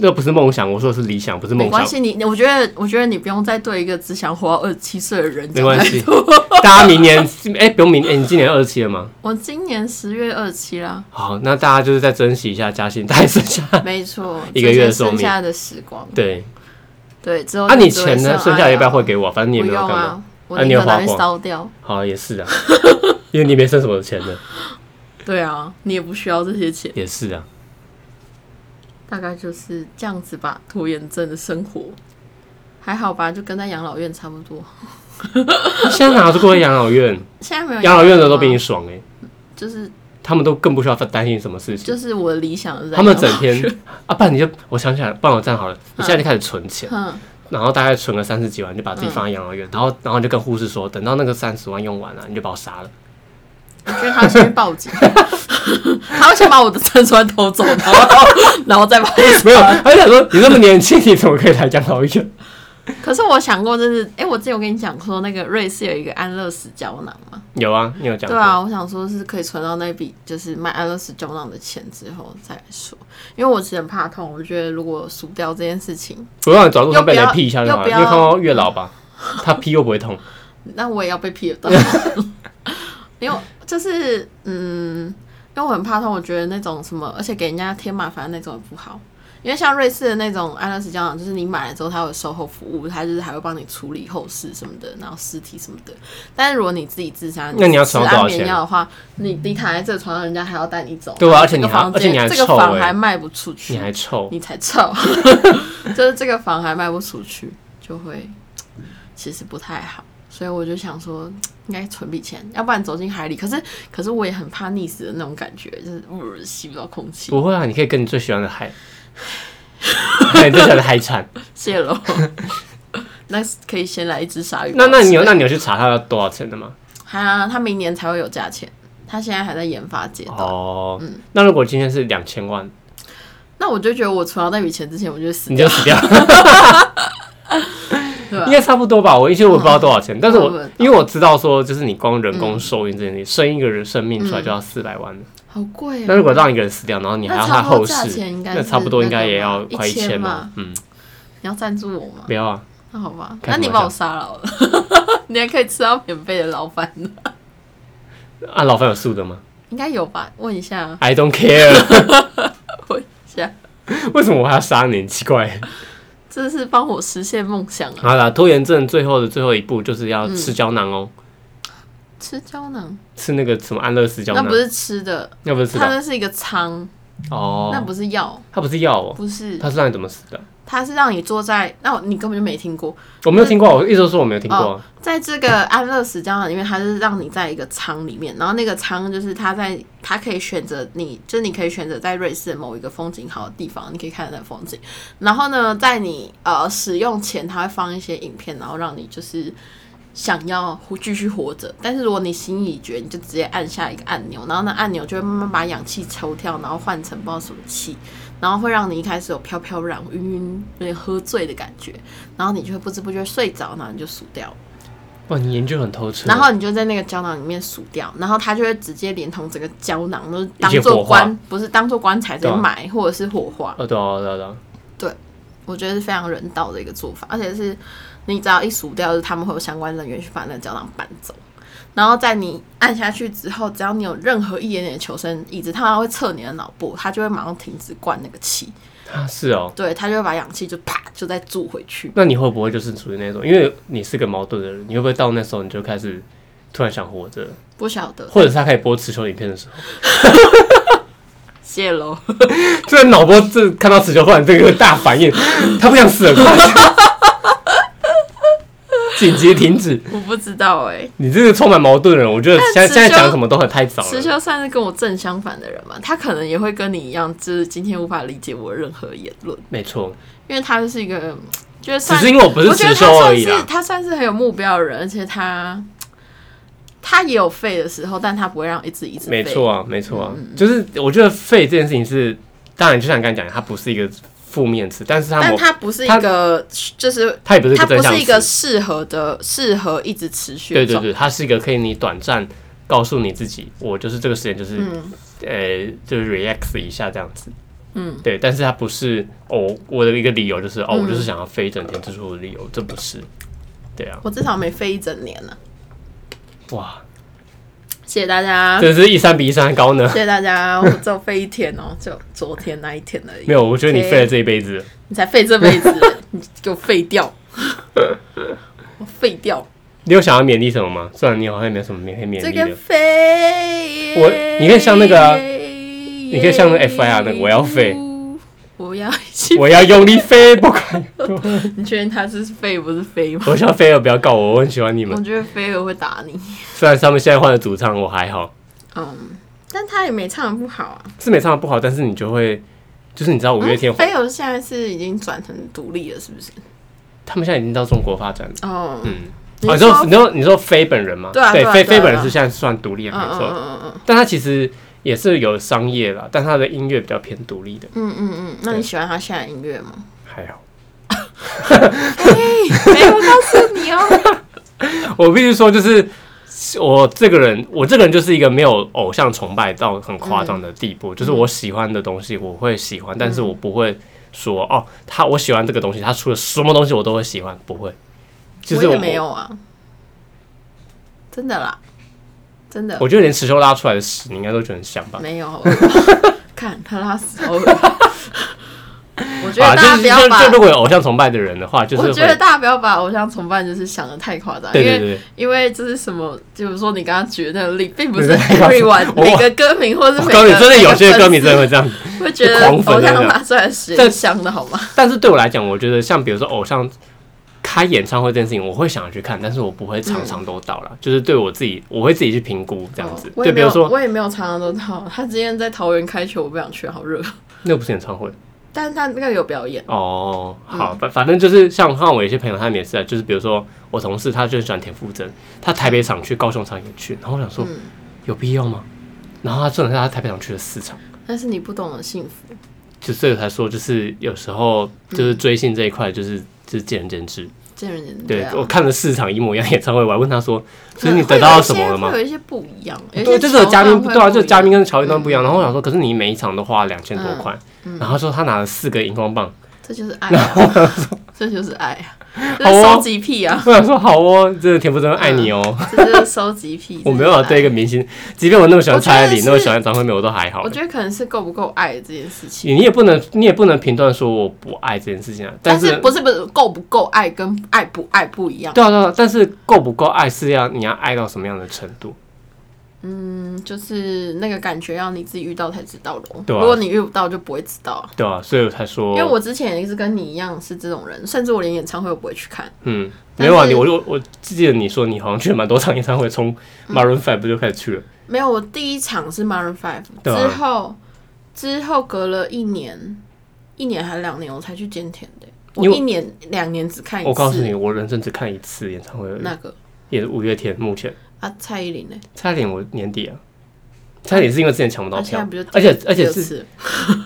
[SPEAKER 1] 那不是梦想，我说的是理想，不是
[SPEAKER 2] 没
[SPEAKER 1] 梦
[SPEAKER 2] 关
[SPEAKER 1] 想。
[SPEAKER 2] 系，你你我觉得，我觉得你不用再对一个只想活到二十七岁的 人
[SPEAKER 1] 没
[SPEAKER 2] 讲
[SPEAKER 1] 关
[SPEAKER 2] 太
[SPEAKER 1] 系
[SPEAKER 2] 多。
[SPEAKER 1] 大家明年，哎、不用明，哎、你今年二十七了吗？
[SPEAKER 2] 我今年十月二十七啦，
[SPEAKER 1] 好，那大家就是再珍惜一下嘉欣，再剩下，
[SPEAKER 2] 没错
[SPEAKER 1] 一个月的
[SPEAKER 2] 这些
[SPEAKER 1] 寿
[SPEAKER 2] 剩
[SPEAKER 1] 命
[SPEAKER 2] 下的时光，
[SPEAKER 1] 对。
[SPEAKER 2] 哦对，之后
[SPEAKER 1] 啊，你
[SPEAKER 2] 就只会
[SPEAKER 1] 钱呢？
[SPEAKER 2] 剩
[SPEAKER 1] 剩下一半
[SPEAKER 2] 哎呀
[SPEAKER 1] 会给我，反正你也
[SPEAKER 2] 不
[SPEAKER 1] 没有
[SPEAKER 2] 用
[SPEAKER 1] 干嘛。
[SPEAKER 2] 啊，我
[SPEAKER 1] 啊你
[SPEAKER 2] 宁
[SPEAKER 1] 有
[SPEAKER 2] 可拿
[SPEAKER 1] 花
[SPEAKER 2] 去
[SPEAKER 1] 光
[SPEAKER 2] 烧掉。
[SPEAKER 1] 好，也是啊， 因为你没剩什么钱呢，
[SPEAKER 2] 对啊，你也不需要这些钱，
[SPEAKER 1] 也是啊。
[SPEAKER 2] 大概就是这样子吧。拖延症的生活还好吧，就跟在养老院差不多。
[SPEAKER 1] 现在哪是过养老院？
[SPEAKER 2] 现在没有
[SPEAKER 1] 养老院的都比
[SPEAKER 2] 吗
[SPEAKER 1] 你爽哎、
[SPEAKER 2] 就是
[SPEAKER 1] 他们都更不需要担心什么事情。
[SPEAKER 2] 就是我的理想的在
[SPEAKER 1] 他们
[SPEAKER 2] 养
[SPEAKER 1] 整
[SPEAKER 2] 老
[SPEAKER 1] 天
[SPEAKER 2] 院 嗯
[SPEAKER 1] 啊，不然你就我想起来，不然我这样好了，你现在就开始存钱，
[SPEAKER 2] 哼
[SPEAKER 1] 然后大概存个三十几万，你就把自
[SPEAKER 2] 嗯
[SPEAKER 1] 己放在养老院，然后然后你就跟护士说，等到那个三十万用完了，你就把我杀了。
[SPEAKER 2] 我觉得他会先去报 警，他会先把我的三十万偷走，然后 然后再把我
[SPEAKER 1] 没有，他就想说你那么年轻，你怎么可以来养老院？
[SPEAKER 2] 可是我想过，就是哎、诶我之前有跟你讲说，那个瑞士有一个安乐死胶囊嘛？
[SPEAKER 1] 有啊，你有讲
[SPEAKER 2] 对
[SPEAKER 1] 过。
[SPEAKER 2] 啊，我想说是可以存到那笔就是卖安乐死胶囊的钱之后再来说，因为我其实很怕痛，我觉得如果数掉这件事情，
[SPEAKER 1] 不用，找路上被人劈一下就好了。
[SPEAKER 2] 又不
[SPEAKER 1] 你
[SPEAKER 2] 要
[SPEAKER 1] 有看过月老吧？他劈又不会痛。
[SPEAKER 2] 那我也要被劈 到，因为就是嗯，因为我很怕痛，我觉得那种什么，而且给人家添麻烦那种也不好。因为像瑞士的那种安乐死胶囊，就是你买了之后，它有售后服务，它就是还会帮你处理后事什么的，然后尸体什么的。但是如果你自己自杀，
[SPEAKER 1] 那你要
[SPEAKER 2] 吃
[SPEAKER 1] 存到多
[SPEAKER 2] 安
[SPEAKER 1] 少
[SPEAKER 2] 眠
[SPEAKER 1] 钱
[SPEAKER 2] 药的话，你你躺在这个床上，人家还要带你走。
[SPEAKER 1] 对啊
[SPEAKER 2] 然后
[SPEAKER 1] 而且
[SPEAKER 2] 这个
[SPEAKER 1] 你还
[SPEAKER 2] 房
[SPEAKER 1] 而且你
[SPEAKER 2] 间
[SPEAKER 1] 还
[SPEAKER 2] 这个
[SPEAKER 1] 臭
[SPEAKER 2] 房
[SPEAKER 1] 欸
[SPEAKER 2] 还卖不出去，
[SPEAKER 1] 你还臭，
[SPEAKER 2] 你才臭，就是这个房还卖不出去。就会其实不太好。所以我就想说，应该存笔钱，要不然走进海里。可是，可是我也很怕溺死的那种感觉，就是、呃、吸不到空气。
[SPEAKER 1] 不会啊，你可以跟你最喜欢的 海，你最喜欢的海产。
[SPEAKER 2] 谢喽。 那可以先来一只鲨鱼。
[SPEAKER 1] 那那你有那你有去查它要多少钱的吗？
[SPEAKER 2] 他他明年才会有价钱，他现在还在研发阶段。
[SPEAKER 1] 哦，
[SPEAKER 2] 嗯
[SPEAKER 1] 那如果今天是两千万，
[SPEAKER 2] 那我就觉得我存到那笔钱之前，我就死
[SPEAKER 1] 你
[SPEAKER 2] 掉
[SPEAKER 1] 就。死掉，
[SPEAKER 2] 对吧
[SPEAKER 1] 应该差不多吧？我因为我不知道多少钱，但是我
[SPEAKER 2] 我也不知道嗯
[SPEAKER 1] 因为我知道说，就是你光人工受孕这件事情，生一个人生命出来就要四百万了。
[SPEAKER 2] 好贵啊！
[SPEAKER 1] 那如果让一个人死掉，然后你还
[SPEAKER 2] 那
[SPEAKER 1] 要他
[SPEAKER 2] 差不
[SPEAKER 1] 后
[SPEAKER 2] 多价
[SPEAKER 1] 事，
[SPEAKER 2] 钱应该
[SPEAKER 1] 那
[SPEAKER 2] 是
[SPEAKER 1] 差不多应该
[SPEAKER 2] 那个
[SPEAKER 1] 也
[SPEAKER 2] 吧
[SPEAKER 1] 要快
[SPEAKER 2] 一
[SPEAKER 1] 一
[SPEAKER 2] 千
[SPEAKER 1] 千
[SPEAKER 2] 嘛哦
[SPEAKER 1] 嘛。嗯，
[SPEAKER 2] 你要赞助我吗？
[SPEAKER 1] 不要啊，
[SPEAKER 2] 那好吧，
[SPEAKER 1] 开
[SPEAKER 2] 那
[SPEAKER 1] 什么玩
[SPEAKER 2] 你把
[SPEAKER 1] 笑
[SPEAKER 2] 我杀了好了， 你还可以吃到免费的牢饭呢，
[SPEAKER 1] 啊，老范有素的吗
[SPEAKER 2] 应该有吧？问一下啊，
[SPEAKER 1] ？I don't care，
[SPEAKER 2] 问一下，
[SPEAKER 1] 为什么我还要杀你？很奇怪。
[SPEAKER 2] 这是帮我实现梦想啊！
[SPEAKER 1] 好了，拖延症最后的最后一步就是要吃胶囊哦，
[SPEAKER 2] 吃胶囊，
[SPEAKER 1] 吃那个什么安乐死胶
[SPEAKER 2] 那
[SPEAKER 1] 囊
[SPEAKER 2] 不，是吃的，
[SPEAKER 1] 那不是吃
[SPEAKER 2] 它
[SPEAKER 1] 的
[SPEAKER 2] 那是一个仓，
[SPEAKER 1] 哦，
[SPEAKER 2] 那不是药，
[SPEAKER 1] 他不是药哦，
[SPEAKER 2] 不是，
[SPEAKER 1] 他是让你怎么死的？
[SPEAKER 2] 它是让你坐在，那你根本就没听过，
[SPEAKER 1] 我没有听过，我一直都说我没有听过啊。
[SPEAKER 2] 在这个安乐死胶囊里面，它是让你在一个舱里面，然后那个舱就是它在，它可以选择你，就是你可以选择在瑞士的某一个风景好的地方，你可以看得到风景。然后呢，在你呃使用前，它会放一些影片，然后让你就是想要活继续活着。但是如果你心已决，你就直接按下一个按钮，然后那按钮就会慢慢把氧气抽掉，然后换成不知道什么气，然后会让你一开始有飘飘然、晕晕、有点喝醉的感觉，然后你就会不知不觉睡着，然后你就死掉了。
[SPEAKER 1] 哇，你研究很透彻。
[SPEAKER 2] 然后你就在那个胶囊里面数掉，然后它就会直接连同整个胶囊都当
[SPEAKER 1] 一起火
[SPEAKER 2] 做
[SPEAKER 1] 化
[SPEAKER 2] 棺，不是当做棺材在
[SPEAKER 1] 对啊
[SPEAKER 2] 埋、或者是火化。
[SPEAKER 1] 哦，对哦，对哦对哦，
[SPEAKER 2] 我觉得是非常人道的一个做法，而且是你只要一数掉，就是他们会有相关人员去把那个胶囊搬走。然后在你按下去之后，只要你有任何一点点求生意志，它好像会测你的脑波，它就会马上停止灌那个气，
[SPEAKER 1] 他是哦。
[SPEAKER 2] 对，它就会把氧气就啪就再注回去。
[SPEAKER 1] 那你会不会就是属于那种，因为你是个矛盾的人，你会不会到那时候你就开始突然想活着，
[SPEAKER 2] 不晓得，
[SPEAKER 1] 或者是他开始播持球影片的时候，
[SPEAKER 2] 谢喽。
[SPEAKER 1] 突然脑波这看到持球，忽然这个大反应，他不想死了，快紧急停止！
[SPEAKER 2] 我不知道哎、
[SPEAKER 1] 你这个充满矛盾的人，我觉得现在
[SPEAKER 2] 但持
[SPEAKER 1] 现
[SPEAKER 2] 球
[SPEAKER 1] 在讲什么都很太早
[SPEAKER 2] 石
[SPEAKER 1] 了。
[SPEAKER 2] 修算是跟我正相反的人嘛，他可能也会跟你一样，就是今天无法理解我任何言论，
[SPEAKER 1] 没错，
[SPEAKER 2] 因为他就是一个，嗯就是
[SPEAKER 1] 只
[SPEAKER 2] 算
[SPEAKER 1] 是因为我不是
[SPEAKER 2] 我觉
[SPEAKER 1] 持
[SPEAKER 2] 得他
[SPEAKER 1] 球而
[SPEAKER 2] 算
[SPEAKER 1] 已
[SPEAKER 2] 是
[SPEAKER 1] 啦。
[SPEAKER 2] 他算是很有目标的人，而且他他也有废的时候，但他不会让一直一直废
[SPEAKER 1] 没，错啊，没错啊，就是我觉得废这件事情是，当然就像刚才讲的，它不是一个负面词，但是它
[SPEAKER 2] 但
[SPEAKER 1] 某
[SPEAKER 2] 他不是一
[SPEAKER 1] 他
[SPEAKER 2] 个，就是
[SPEAKER 1] 它也不是一
[SPEAKER 2] 他
[SPEAKER 1] 个正
[SPEAKER 2] 不
[SPEAKER 1] 向
[SPEAKER 2] 是一个
[SPEAKER 1] 词，
[SPEAKER 2] 适合的，适合一直持续
[SPEAKER 1] 对
[SPEAKER 2] 的
[SPEAKER 1] 对
[SPEAKER 2] 状态。
[SPEAKER 1] 对，它是一个可以你短暂告诉你自己，我就是这个时间就是、
[SPEAKER 2] 嗯
[SPEAKER 1] 呃就是 relax 一下这样子，嗯，对，但是它不是哦我的一个理由就是
[SPEAKER 2] 嗯
[SPEAKER 1] 哦我就是想要飞一整天，这是我的理由，这不是，对啊，
[SPEAKER 2] 我至少没废一整年了，
[SPEAKER 1] 哇，
[SPEAKER 2] 谢谢大家，
[SPEAKER 1] 真啊是一山比一山高呢
[SPEAKER 2] 谢。谢大家，我只有废一天哦，就昨天那一天而 已
[SPEAKER 1] 没。有，我觉得你废了这一辈子。
[SPEAKER 2] 你才废 这辈子，你给我废掉，我废掉
[SPEAKER 1] 你有想要勉励什么吗？虽然你好像没有什么可以勉
[SPEAKER 2] 这
[SPEAKER 1] 励
[SPEAKER 2] 个
[SPEAKER 1] 的。
[SPEAKER 2] 废。
[SPEAKER 1] 我你可以像那个啊
[SPEAKER 2] 你
[SPEAKER 1] 可以像那个 FIR 那个我要废，
[SPEAKER 2] 我要一 起。
[SPEAKER 1] 我要用力飞，不 管。
[SPEAKER 2] 你确定他是废不是飞吗？
[SPEAKER 1] 我希望飞儿不要告我，我很喜欢你们
[SPEAKER 2] 我。觉得飞了会打你，
[SPEAKER 1] 虽然他们现在换了主唱，我还好，
[SPEAKER 2] 嗯，但他也没唱的不好啊。
[SPEAKER 1] 是没唱的不好，但是你就会，就是你知道五月天，
[SPEAKER 2] 嗯飞友现在是已经转成独立了，是不是？
[SPEAKER 1] 他们现在已经到中国发展了。
[SPEAKER 2] 哦，
[SPEAKER 1] 嗯，
[SPEAKER 2] 你
[SPEAKER 1] 哦，你说你说你说飞本人吗？
[SPEAKER 2] 对啊对啊
[SPEAKER 1] 飞
[SPEAKER 2] 对啊
[SPEAKER 1] 飞本
[SPEAKER 2] 对啊
[SPEAKER 1] 人是现在算独立的
[SPEAKER 2] 嗯
[SPEAKER 1] 没
[SPEAKER 2] 嗯
[SPEAKER 1] 错，
[SPEAKER 2] 嗯嗯
[SPEAKER 1] 但他其实也是有商业啦，但他的音乐比较偏独立的，
[SPEAKER 2] 嗯嗯嗯，那你喜欢他现在的音乐 吗？
[SPEAKER 1] 还好。
[SPEAKER 2] 没哎有，我告诉你哦，
[SPEAKER 1] 我必须说，就是我这个人，我这个人就是一个没有偶像崇拜到很夸张的地
[SPEAKER 2] 嗯
[SPEAKER 1] 步，就是我喜欢的东西我会喜欢，但是我不会说哦，他我喜欢这个东西，他出了什么东西我都会喜欢，不会。就是
[SPEAKER 2] 我
[SPEAKER 1] 我
[SPEAKER 2] 也没有，啊，真的啦，真的。
[SPEAKER 1] 我觉得连池修拉出来的屎，你应该都觉得很香吧？
[SPEAKER 2] 没 有，好恶看他拉屎好恶 我觉
[SPEAKER 1] 啊，就
[SPEAKER 2] 得大家
[SPEAKER 1] 是
[SPEAKER 2] 不要
[SPEAKER 1] 就
[SPEAKER 2] 把
[SPEAKER 1] 就，如果有偶像崇拜的人的话，就是
[SPEAKER 2] 我觉得
[SPEAKER 1] 会。
[SPEAKER 2] 大家不要把偶像崇拜就是想的太夸张，
[SPEAKER 1] 对
[SPEAKER 2] 因
[SPEAKER 1] 对
[SPEAKER 2] 为
[SPEAKER 1] 对，
[SPEAKER 2] 因为这是什么，就是说你刚刚举的那个例，并不是
[SPEAKER 1] 对对对
[SPEAKER 2] everyone
[SPEAKER 1] 我
[SPEAKER 2] 每个歌迷或是
[SPEAKER 1] 我
[SPEAKER 2] 每
[SPEAKER 1] 告诉
[SPEAKER 2] 个
[SPEAKER 1] 你，哦真的有些歌迷真的
[SPEAKER 2] 的
[SPEAKER 1] 会这样。
[SPEAKER 2] 会觉得
[SPEAKER 1] 狂粉的
[SPEAKER 2] 偶
[SPEAKER 1] 那
[SPEAKER 2] 像
[SPEAKER 1] 种
[SPEAKER 2] 拉出来屎也是
[SPEAKER 1] 但
[SPEAKER 2] 香的好吗？
[SPEAKER 1] 但是对我来讲，我觉得像比如说偶像开演唱会这件事情，我会想要去看，但是我不会
[SPEAKER 2] 嗯
[SPEAKER 1] 常常都到啦。就是对我自己，我会自己去评估这样子。
[SPEAKER 2] 哦我也
[SPEAKER 1] 对，比
[SPEAKER 2] 没
[SPEAKER 1] 如
[SPEAKER 2] 有，
[SPEAKER 1] 说
[SPEAKER 2] 我也没有常常都到。他之前在桃园开球，我不想去，好热。
[SPEAKER 1] 那不是演唱会
[SPEAKER 2] 但是他那个有表演，
[SPEAKER 1] 哦，好，
[SPEAKER 2] 嗯
[SPEAKER 1] 反、反正就是像像我有些朋友，他们也是啊，就是比如说我同事，他就很喜欢田馥甄，他台北场去，高雄场也去，然后我想说、
[SPEAKER 2] 嗯
[SPEAKER 1] 有必要吗？然后他重点是他台北场去了四场。
[SPEAKER 2] 但是你不懂得幸福。
[SPEAKER 1] 就所以才说，就是有时候
[SPEAKER 2] 嗯
[SPEAKER 1] 就是追星这一块，就是就是见仁见智。
[SPEAKER 2] 见人眼
[SPEAKER 1] 对
[SPEAKER 2] 啊，
[SPEAKER 1] 我看了四场一模一样演唱会，我还问他说：“所以你得到了什么了吗
[SPEAKER 2] 会有一些会有一些不一样，有一
[SPEAKER 1] 对，
[SPEAKER 2] 些
[SPEAKER 1] 就是有嘉宾
[SPEAKER 2] 桥段会
[SPEAKER 1] 对啊，
[SPEAKER 2] 不
[SPEAKER 1] 就
[SPEAKER 2] 一
[SPEAKER 1] 是嘉宾
[SPEAKER 2] 样嗯
[SPEAKER 1] 跟乔一端不一样。然后我想说，可是你每一场都花了两千多块，然后他说他拿了四个荧光棒，
[SPEAKER 2] 这就是 爱啊，这就是爱啊，这
[SPEAKER 1] 好
[SPEAKER 2] 是
[SPEAKER 1] 哦
[SPEAKER 2] 收集癖啊，
[SPEAKER 1] 我想说好哦，真的田馥甄爱你哦。
[SPEAKER 2] 这就是收集癖。
[SPEAKER 1] 我没有
[SPEAKER 2] 这
[SPEAKER 1] 办法
[SPEAKER 2] 就是爱
[SPEAKER 1] 对一。个明星，即便我那么喜欢蔡依
[SPEAKER 2] 我觉得
[SPEAKER 1] 林，
[SPEAKER 2] 是
[SPEAKER 1] 那么喜欢张惠妹，我都还好
[SPEAKER 2] 我。觉得可能是够不够爱这件事情，
[SPEAKER 1] 你你也不能，你也不能评断说我不爱这件事情啊。
[SPEAKER 2] 但
[SPEAKER 1] 是
[SPEAKER 2] 是不是不是够不够爱跟爱不爱不一样，
[SPEAKER 1] 对啊对啊，但是够不够爱是要你要爱到什么样的程度？
[SPEAKER 2] 嗯，就是那个感觉要你自己遇到才知道咯。
[SPEAKER 1] 对啊
[SPEAKER 2] 如果你遇不到就不会知道啊，
[SPEAKER 1] 对啊，所以我才说，
[SPEAKER 2] 因为我之前也是跟你一样是这种人，甚至我连演唱会我不会去看，
[SPEAKER 1] 嗯，没
[SPEAKER 2] 但
[SPEAKER 1] 有啊，
[SPEAKER 2] 是
[SPEAKER 1] 你我就我记得你说你好像去了蛮多场演唱会，从
[SPEAKER 2] 嗯
[SPEAKER 1] Maroon Five 不就开始去了？
[SPEAKER 2] 没有，我第一场是 Maroon Five，、
[SPEAKER 1] 对啊
[SPEAKER 2] 之后之后隔了一年，一年还两年我才去监田的、我
[SPEAKER 1] 因为
[SPEAKER 2] 一年两年只看一次。
[SPEAKER 1] 我告诉你，我人生只看一次演唱会而已，
[SPEAKER 2] 那个
[SPEAKER 1] 也是五月天。目前
[SPEAKER 2] 啊，蔡依林呢、
[SPEAKER 1] 差点我年底啊，差点是因为之前抢不
[SPEAKER 2] 她
[SPEAKER 1] 到
[SPEAKER 2] 啊现在
[SPEAKER 1] 票
[SPEAKER 2] 不就，
[SPEAKER 1] 而且而且
[SPEAKER 2] 只有
[SPEAKER 1] 是，
[SPEAKER 2] 次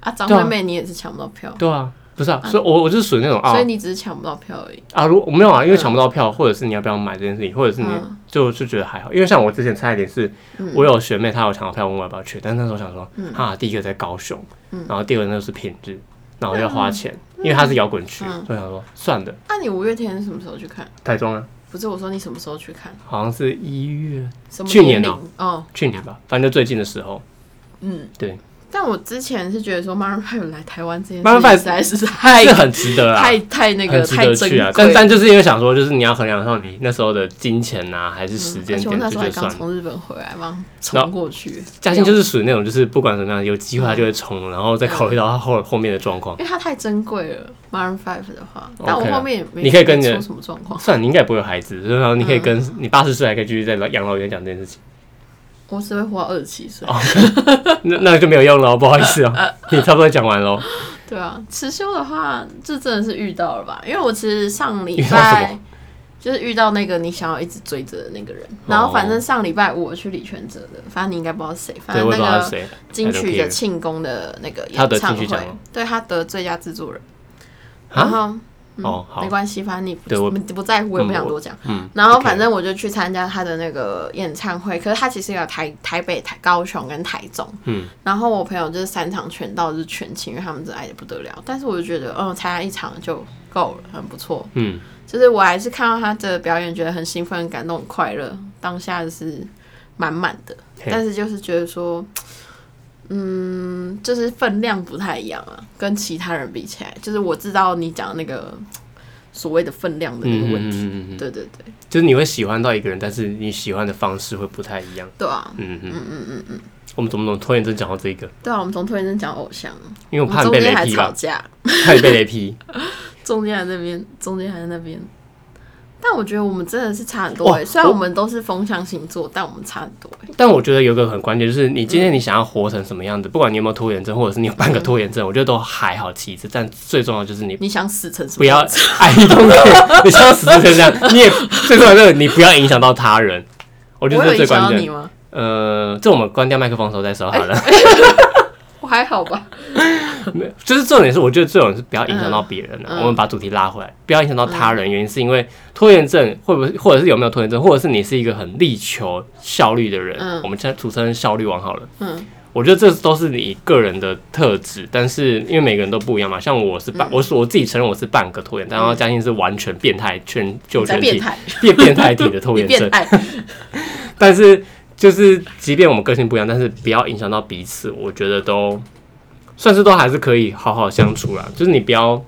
[SPEAKER 2] 啊，张
[SPEAKER 1] 对啊
[SPEAKER 2] 惠妹你也是抢不到票，
[SPEAKER 1] 对啊，不是啊，所以我我就是属于那种啊
[SPEAKER 2] 所以你只是抢不到票而已。
[SPEAKER 1] 啊，如我没有啊，因为抢不到票，或者是你要不要买这件事情，或者是你
[SPEAKER 2] 嗯
[SPEAKER 1] 就就觉得还好，因为像我之前差一点是，我有学妹她有抢到票问我要不要去，但那时候想说，
[SPEAKER 2] 嗯
[SPEAKER 1] 啊，第一个在高雄，然后第二个那是品质，然后要花钱，因为它是摇滚区，
[SPEAKER 2] 嗯
[SPEAKER 1] 所以想说算的，
[SPEAKER 2] 啊那、你五月天什么时候去看？
[SPEAKER 1] 台中啊，
[SPEAKER 2] 不是我说你什么时候去看？
[SPEAKER 1] 好像是一月
[SPEAKER 2] 什么
[SPEAKER 1] 去年
[SPEAKER 2] 龄
[SPEAKER 1] 哦
[SPEAKER 2] 哦，
[SPEAKER 1] 去年吧，反正就最近的时候，
[SPEAKER 2] 嗯，
[SPEAKER 1] 对，
[SPEAKER 2] 但我之前是觉得说 Maroon Five 来台湾这件
[SPEAKER 1] Maroon
[SPEAKER 2] 事
[SPEAKER 1] Five
[SPEAKER 2] 情实在是太
[SPEAKER 1] 是很值得啊。
[SPEAKER 2] 太太那
[SPEAKER 1] 很
[SPEAKER 2] 个
[SPEAKER 1] 值
[SPEAKER 2] 太
[SPEAKER 1] 得
[SPEAKER 2] 珍
[SPEAKER 1] 去
[SPEAKER 2] 贵
[SPEAKER 1] 啊
[SPEAKER 2] 了，。
[SPEAKER 1] 但但就是因为想说，就是你要衡量上你那时候的金钱呐、还是
[SPEAKER 2] 嗯
[SPEAKER 1] 时间
[SPEAKER 2] 而且我
[SPEAKER 1] 点，这
[SPEAKER 2] 那时
[SPEAKER 1] 就
[SPEAKER 2] 候还
[SPEAKER 1] 算
[SPEAKER 2] 刚
[SPEAKER 1] 了。
[SPEAKER 2] 从日本回来嘛，
[SPEAKER 1] 然
[SPEAKER 2] 冲
[SPEAKER 1] 后
[SPEAKER 2] 过去。
[SPEAKER 1] 嘉欣就是属于那种，就是不管怎么样，有机会他就会冲，然后再考虑到他后后面的状况。
[SPEAKER 2] 因为它太珍贵了，Maroon Five 的话，
[SPEAKER 1] OK 啊
[SPEAKER 2] 但我后面也没
[SPEAKER 1] 你可以跟你的
[SPEAKER 2] 没出什么状况，
[SPEAKER 1] 算了，你应该也不会有孩子，然后你可以跟、你八十岁还可以继续在养老院讲这件事 情，
[SPEAKER 2] 我只会活到二十七岁。
[SPEAKER 1] 哦那那就没有用了哦，不好意思哦，你差不多讲完喽。
[SPEAKER 2] 对啊，辞修的话，这真的是遇到了吧？因为我其实上礼
[SPEAKER 1] 遇到什
[SPEAKER 2] 拜
[SPEAKER 1] 么
[SPEAKER 2] 就是遇到那个你想要一直追着的那个人，然后反正上礼拜五我去李全哲的，反正你应该不知道谁，反
[SPEAKER 1] 哦对，
[SPEAKER 2] 正
[SPEAKER 1] 我
[SPEAKER 2] 呃那
[SPEAKER 1] 也不知道他是
[SPEAKER 2] 个
[SPEAKER 1] 谁，
[SPEAKER 2] 金曲
[SPEAKER 1] I
[SPEAKER 2] 的
[SPEAKER 1] don't care
[SPEAKER 2] 庆功的那个
[SPEAKER 1] 他
[SPEAKER 2] 演
[SPEAKER 1] 得
[SPEAKER 2] 唱
[SPEAKER 1] 金曲
[SPEAKER 2] 会
[SPEAKER 1] 奖吗，
[SPEAKER 2] 对他得最佳制作人，然
[SPEAKER 1] 啊，
[SPEAKER 2] 后。
[SPEAKER 1] 哦好
[SPEAKER 2] 没，关系，反正你不
[SPEAKER 1] 对我
[SPEAKER 2] 你不在乎，我也
[SPEAKER 1] 嗯
[SPEAKER 2] 不想
[SPEAKER 1] 我
[SPEAKER 2] 多讲。
[SPEAKER 1] 嗯，
[SPEAKER 2] 然后
[SPEAKER 1] OK
[SPEAKER 2] 反正我就去参加他的那个演唱会，可是他其实有台台北、台高雄跟台中，
[SPEAKER 1] 嗯，
[SPEAKER 2] 然后我朋友就是三场全到就是全勤，因为他们真的爱的不得了。但是我就觉得，嗯，参加一场就够了，很不错。
[SPEAKER 1] 嗯，
[SPEAKER 2] 就是我还是看到他的表演，觉得很兴奋、很感动、很快乐，当下就是满满的。
[SPEAKER 1] 嘿
[SPEAKER 2] 但是就是觉得说，嗯，就是分量不太一样啊，跟其他人比起来，就是我知道你讲的那个所谓的分量的那
[SPEAKER 1] 嗯
[SPEAKER 2] 个
[SPEAKER 1] 嗯
[SPEAKER 2] 问
[SPEAKER 1] 嗯
[SPEAKER 2] 题。
[SPEAKER 1] 嗯嗯嗯，
[SPEAKER 2] 对对对，
[SPEAKER 1] 就是你会喜欢到一个人，但是你喜欢的方式会不太一样。
[SPEAKER 2] 对啊，
[SPEAKER 1] 嗯嗯嗯嗯嗯，我们怎么怎么突然间讲到这个？
[SPEAKER 2] 对啊，我们从推荐讲偶像，啊
[SPEAKER 1] 因为
[SPEAKER 2] 我
[SPEAKER 1] 我
[SPEAKER 2] 们
[SPEAKER 1] 怕你
[SPEAKER 2] 中
[SPEAKER 1] 被
[SPEAKER 2] 间
[SPEAKER 1] 雷
[SPEAKER 2] 还
[SPEAKER 1] 劈
[SPEAKER 2] 吵
[SPEAKER 1] 吧，
[SPEAKER 2] 架，
[SPEAKER 1] 怕你被雷劈。
[SPEAKER 2] 中间还在那边，中间还在那边。但我觉得我们真的是差很多
[SPEAKER 1] 哇
[SPEAKER 2] 哎、欸，虽然
[SPEAKER 1] 我
[SPEAKER 2] 我们都是风象星座，但我们差很多哎、
[SPEAKER 1] 但我觉得有一个很关键，就是你今天你想要活成什么样子，不管你有没有拖延症，或者是你有半个拖延症，我觉得都还好其次。但最重要就是你
[SPEAKER 2] 你想死成什么？
[SPEAKER 1] 不要爱一东西，你像死成这样，你也最重要就是你不要影响到他人。我觉
[SPEAKER 2] 我
[SPEAKER 1] 得这
[SPEAKER 2] 有
[SPEAKER 1] 是最
[SPEAKER 2] 影响
[SPEAKER 1] 关
[SPEAKER 2] 到你
[SPEAKER 1] 键。
[SPEAKER 2] 吗？
[SPEAKER 1] 呃，这我们关掉麦克风的时候再说好了。
[SPEAKER 2] 我还好吧。
[SPEAKER 1] 没有就是重点是，我觉得这种是不要影响到别人的、
[SPEAKER 2] 嗯嗯嗯
[SPEAKER 1] 我们把主题拉回来，不要影响到他人。原因是因为拖延症，会不会或者是有没有拖延症，或者是你是一个很力求效率的人，
[SPEAKER 2] 嗯
[SPEAKER 1] 我们现在俗称效率王好了。
[SPEAKER 2] 嗯
[SPEAKER 1] 我觉得这都是你个人的特质，但是因为每个人都不一样嘛。像我是半，
[SPEAKER 2] 嗯
[SPEAKER 1] 我是我自己承认我是半个拖延，然后嘉欣是完全变态圈就
[SPEAKER 2] 你才
[SPEAKER 1] 圈
[SPEAKER 2] 嗯变
[SPEAKER 1] 体
[SPEAKER 2] 态，
[SPEAKER 1] 变变态体的拖
[SPEAKER 2] 你
[SPEAKER 1] 延
[SPEAKER 2] 变
[SPEAKER 1] 症。
[SPEAKER 2] 态。
[SPEAKER 1] 但是就是即便我们个性不一样，但是不要影响到彼此，我觉得都算是都还是可以好好相处啦。就是你不要，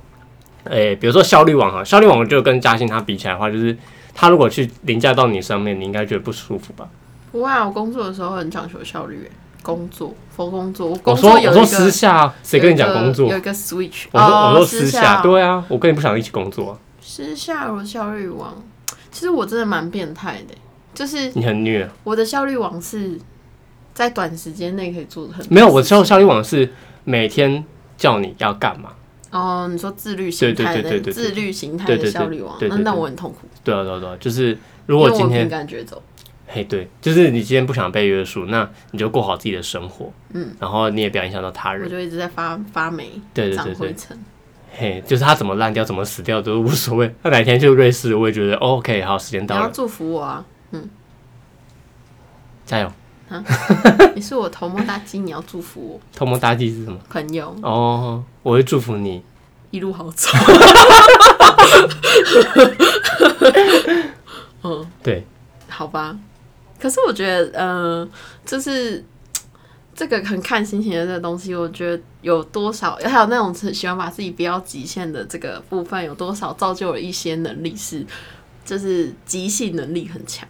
[SPEAKER 1] 诶、比如说效率网哈，效率网就跟嘉欣他比起来的话，就是他如果去凌驾到你上面，你应该觉得不舒服吧？
[SPEAKER 2] 不会啊，我工作的时候很讲求效率、欸，工作，佛工作，我
[SPEAKER 1] 我
[SPEAKER 2] 工
[SPEAKER 1] 说
[SPEAKER 2] 作有
[SPEAKER 1] 我
[SPEAKER 2] 一
[SPEAKER 1] 说
[SPEAKER 2] 个
[SPEAKER 1] 私下啊，谁跟你讲工作
[SPEAKER 2] 有一个有一个 switch，
[SPEAKER 1] 我说、
[SPEAKER 2] 哦
[SPEAKER 1] 我说
[SPEAKER 2] 私
[SPEAKER 1] 私下，
[SPEAKER 2] 哦
[SPEAKER 1] 对啊，我跟你不想一起工作啊、
[SPEAKER 2] 时下我的效率王，其实我真的蛮变态的，欸就是
[SPEAKER 1] 你很虐。
[SPEAKER 2] 我的效率王是在短时间内可以做的很多
[SPEAKER 1] 没有，我
[SPEAKER 2] 事情
[SPEAKER 1] 效效率网是每天叫你要干嘛。
[SPEAKER 2] 哦，你说自律形态
[SPEAKER 1] 对对对
[SPEAKER 2] 的
[SPEAKER 1] 对对对
[SPEAKER 2] 自律形态
[SPEAKER 1] 对
[SPEAKER 2] 的
[SPEAKER 1] 对对
[SPEAKER 2] 效率王，
[SPEAKER 1] 对对
[SPEAKER 2] 那
[SPEAKER 1] 对
[SPEAKER 2] 那我很痛苦，
[SPEAKER 1] 对啊，对啊，对啊，就是如
[SPEAKER 2] 因
[SPEAKER 1] 果
[SPEAKER 2] 为我
[SPEAKER 1] 今天
[SPEAKER 2] 凭感觉走，
[SPEAKER 1] 嘿，对，就是你今天不想被约束，那你就过好自己的生活，
[SPEAKER 2] 嗯，
[SPEAKER 1] 然后你也不要影响到他
[SPEAKER 2] 我
[SPEAKER 1] 人，
[SPEAKER 2] 就一直在发发霉，
[SPEAKER 1] 哎对对
[SPEAKER 2] 长
[SPEAKER 1] 对
[SPEAKER 2] 灰
[SPEAKER 1] 对，
[SPEAKER 2] 尘。
[SPEAKER 1] 嘿，就是他怎么烂掉、怎么死掉都无所谓，他哪天去瑞士，我也觉得、哦 OK，好，时间
[SPEAKER 2] 你
[SPEAKER 1] 到
[SPEAKER 2] 要
[SPEAKER 1] 了，
[SPEAKER 2] 祝福 我啊！
[SPEAKER 1] 加油！
[SPEAKER 2] 你是我头目大吉，你要祝福我，
[SPEAKER 1] 偷摸大忌是什么？
[SPEAKER 2] 朋友
[SPEAKER 1] 哦，我会祝福你，
[SPEAKER 2] 一路好走。
[SPEAKER 1] 对，
[SPEAKER 2] 好吧，可是我觉得，呃，就是这个很看心情的这个东西，我觉得有多少，还有那种喜欢把自己不要极限的这个部分，有多少造就了一些能力是，就是即兴能力很强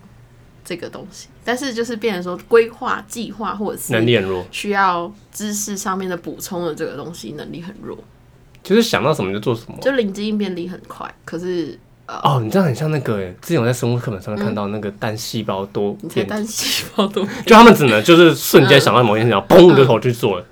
[SPEAKER 2] 这个东西，但是就是变成说规划、计划或者
[SPEAKER 1] 能
[SPEAKER 2] 是
[SPEAKER 1] 力很弱，
[SPEAKER 2] 需要知识上面的补充的这个东西，能力很弱，
[SPEAKER 1] 就是想到什么就做什么。
[SPEAKER 2] 就灵机应变力很快，可是
[SPEAKER 1] 哦，你这样很像那个耶，之前我在生物课本上面看到那个单细胞多
[SPEAKER 2] 嗯你才嗯
[SPEAKER 1] 变，
[SPEAKER 2] 单细胞都
[SPEAKER 1] 就他们只能就是瞬间想到某件事情，然后砰就头去做了。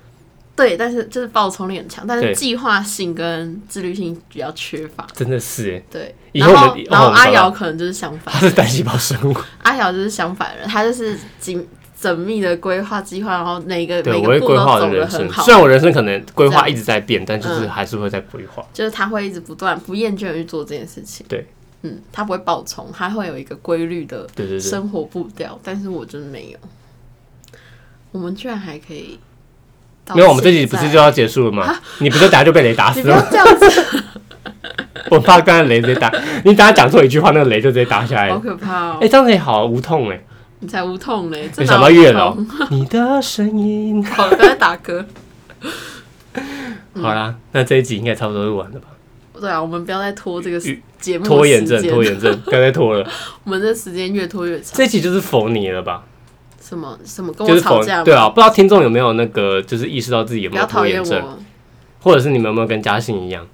[SPEAKER 2] 对，但是就是报酬力很强，但
[SPEAKER 1] 对
[SPEAKER 2] 是计划性跟自律性比较缺乏。
[SPEAKER 1] 真的是耶，
[SPEAKER 2] 对，
[SPEAKER 1] 以
[SPEAKER 2] 然
[SPEAKER 1] 后我
[SPEAKER 2] 后
[SPEAKER 1] 们
[SPEAKER 2] 然后
[SPEAKER 1] 哦我们找
[SPEAKER 2] 阿
[SPEAKER 1] 到
[SPEAKER 2] 瑶可能就是相反
[SPEAKER 1] 他，是单细胞生物。
[SPEAKER 2] 阿瑶就是相反人，她就是紧缜密的规划计划，然后每个
[SPEAKER 1] 对，
[SPEAKER 2] 每
[SPEAKER 1] 我
[SPEAKER 2] 个
[SPEAKER 1] 会
[SPEAKER 2] 步
[SPEAKER 1] 规
[SPEAKER 2] 都
[SPEAKER 1] 划我
[SPEAKER 2] 走
[SPEAKER 1] 的
[SPEAKER 2] 得
[SPEAKER 1] 人
[SPEAKER 2] 很
[SPEAKER 1] 生，
[SPEAKER 2] 好
[SPEAKER 1] 虽，然我人生可能规划
[SPEAKER 2] 这样
[SPEAKER 1] 一直在变，但就是
[SPEAKER 2] 嗯
[SPEAKER 1] 还是会在规划。
[SPEAKER 2] 就是她会一直不断不厌倦地去做这件事情。
[SPEAKER 1] 对，
[SPEAKER 2] 嗯，她不会爆冲，她会有一个规律的
[SPEAKER 1] 对对对，
[SPEAKER 2] 生活步调，但是我真的没有。我们居然还可以到现在，啊
[SPEAKER 1] 没有，我们这集不是就要结束了吗？你不是等下就被雷打死
[SPEAKER 2] 你不要
[SPEAKER 1] 了？
[SPEAKER 2] 这样子，
[SPEAKER 1] 我怕刚才雷直接打，你等下讲错一句话，那个雷就直接打下来
[SPEAKER 2] 好
[SPEAKER 1] 了。
[SPEAKER 2] 可怕哦！
[SPEAKER 1] 哎，这样子也好无痛哎，
[SPEAKER 2] 你才无痛嘞，
[SPEAKER 1] 没
[SPEAKER 2] 真的
[SPEAKER 1] 想到月
[SPEAKER 2] 好
[SPEAKER 1] 老，你的声音。
[SPEAKER 2] 好，不要再打嗝。嗯
[SPEAKER 1] 好啦，那这一集应该差不多录完了吧？
[SPEAKER 2] 对啊，我们不要再拖这个时节目的
[SPEAKER 1] 拖延症
[SPEAKER 2] 嗯时，间
[SPEAKER 1] 拖，延症，不要再拖了。
[SPEAKER 2] 我们这时间越拖越长。
[SPEAKER 1] 这一集就是否你了吧？
[SPEAKER 2] 什么什么跟
[SPEAKER 1] 就
[SPEAKER 2] 我
[SPEAKER 1] 是否
[SPEAKER 2] 吵架吗？
[SPEAKER 1] 对啊，不知道听众有没有那个就是意识到自己有
[SPEAKER 2] 不
[SPEAKER 1] 没有
[SPEAKER 2] 要讨
[SPEAKER 1] 拖
[SPEAKER 2] 厌
[SPEAKER 1] 延症，
[SPEAKER 2] 我。
[SPEAKER 1] 或者是你们有没有跟嘉欣一样？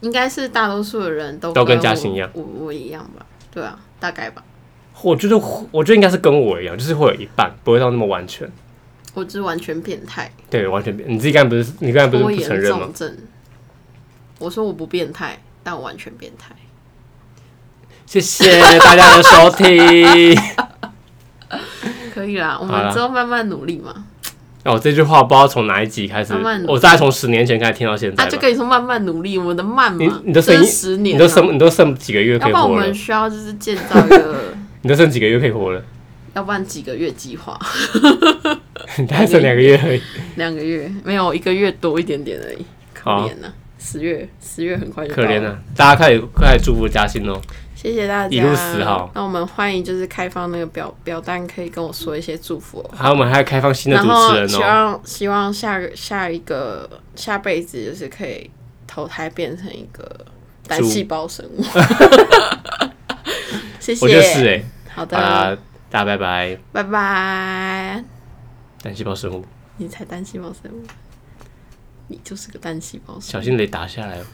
[SPEAKER 2] 应该是大多数的人都
[SPEAKER 1] 都跟
[SPEAKER 2] 我
[SPEAKER 1] 嘉欣一样，
[SPEAKER 2] 我我一样吧？对啊，大概吧。
[SPEAKER 1] 我觉得我觉得应该是跟我一样，就是会有一半，不会到那么完全。
[SPEAKER 2] 我就是完全变态，
[SPEAKER 1] 对，完全变。你自己刚才不是你刚才不是
[SPEAKER 2] 拖
[SPEAKER 1] 不承
[SPEAKER 2] 延
[SPEAKER 1] 认吗
[SPEAKER 2] 重？症。我说我不变态，但我完全变态。
[SPEAKER 1] 谢谢大家的收 听。
[SPEAKER 2] 可以啦，我
[SPEAKER 1] 好啦
[SPEAKER 2] 们之后慢慢努力嘛。
[SPEAKER 1] 哦，这句话不知道从哪一集开始
[SPEAKER 2] 慢慢，努力
[SPEAKER 1] 我大概从十年前开始听到现在
[SPEAKER 2] 哦啊，就
[SPEAKER 1] 吧。
[SPEAKER 2] 跟你说慢慢努力，我们的慢
[SPEAKER 1] 你
[SPEAKER 2] 嘛，
[SPEAKER 1] 你的声
[SPEAKER 2] 这
[SPEAKER 1] 音
[SPEAKER 2] 是十年
[SPEAKER 1] 你
[SPEAKER 2] 啊，
[SPEAKER 1] 都剩你都剩几个月可
[SPEAKER 2] 要
[SPEAKER 1] 以
[SPEAKER 2] 不然我
[SPEAKER 1] 活了
[SPEAKER 2] 们？需要就是建造一个，
[SPEAKER 1] 你都剩几个月可以活了？
[SPEAKER 2] 要不然几个月计划。
[SPEAKER 1] 你大概剩两个月而已。
[SPEAKER 2] 两个月没有一个月多一点点而已，可
[SPEAKER 1] 好
[SPEAKER 2] 怜呐、啊！十月十月很快就到
[SPEAKER 1] 可
[SPEAKER 2] 了
[SPEAKER 1] 怜啊！大家开始开始祝福嘉欣哦。
[SPEAKER 2] 谢谢大家，
[SPEAKER 1] 一路死好。
[SPEAKER 2] 那我们欢迎就是开放那个表表单，可以跟我说一些祝福、哦。
[SPEAKER 1] 还有我们还要开放新的
[SPEAKER 2] 然
[SPEAKER 1] 主
[SPEAKER 2] 后
[SPEAKER 1] 持人
[SPEAKER 2] 希
[SPEAKER 1] 哦。
[SPEAKER 2] 望希望下个下一个下辈子就是可以投胎变成一个单细胞 生物。谢
[SPEAKER 1] 我觉得
[SPEAKER 2] 谢，
[SPEAKER 1] 是哎，
[SPEAKER 2] 好的，
[SPEAKER 1] 好啦，大家拜拜，
[SPEAKER 2] 拜拜。
[SPEAKER 1] 单细胞生物，
[SPEAKER 2] 你才单细胞生物，你就是个单细胞生物。
[SPEAKER 1] 小心雷打下来哦。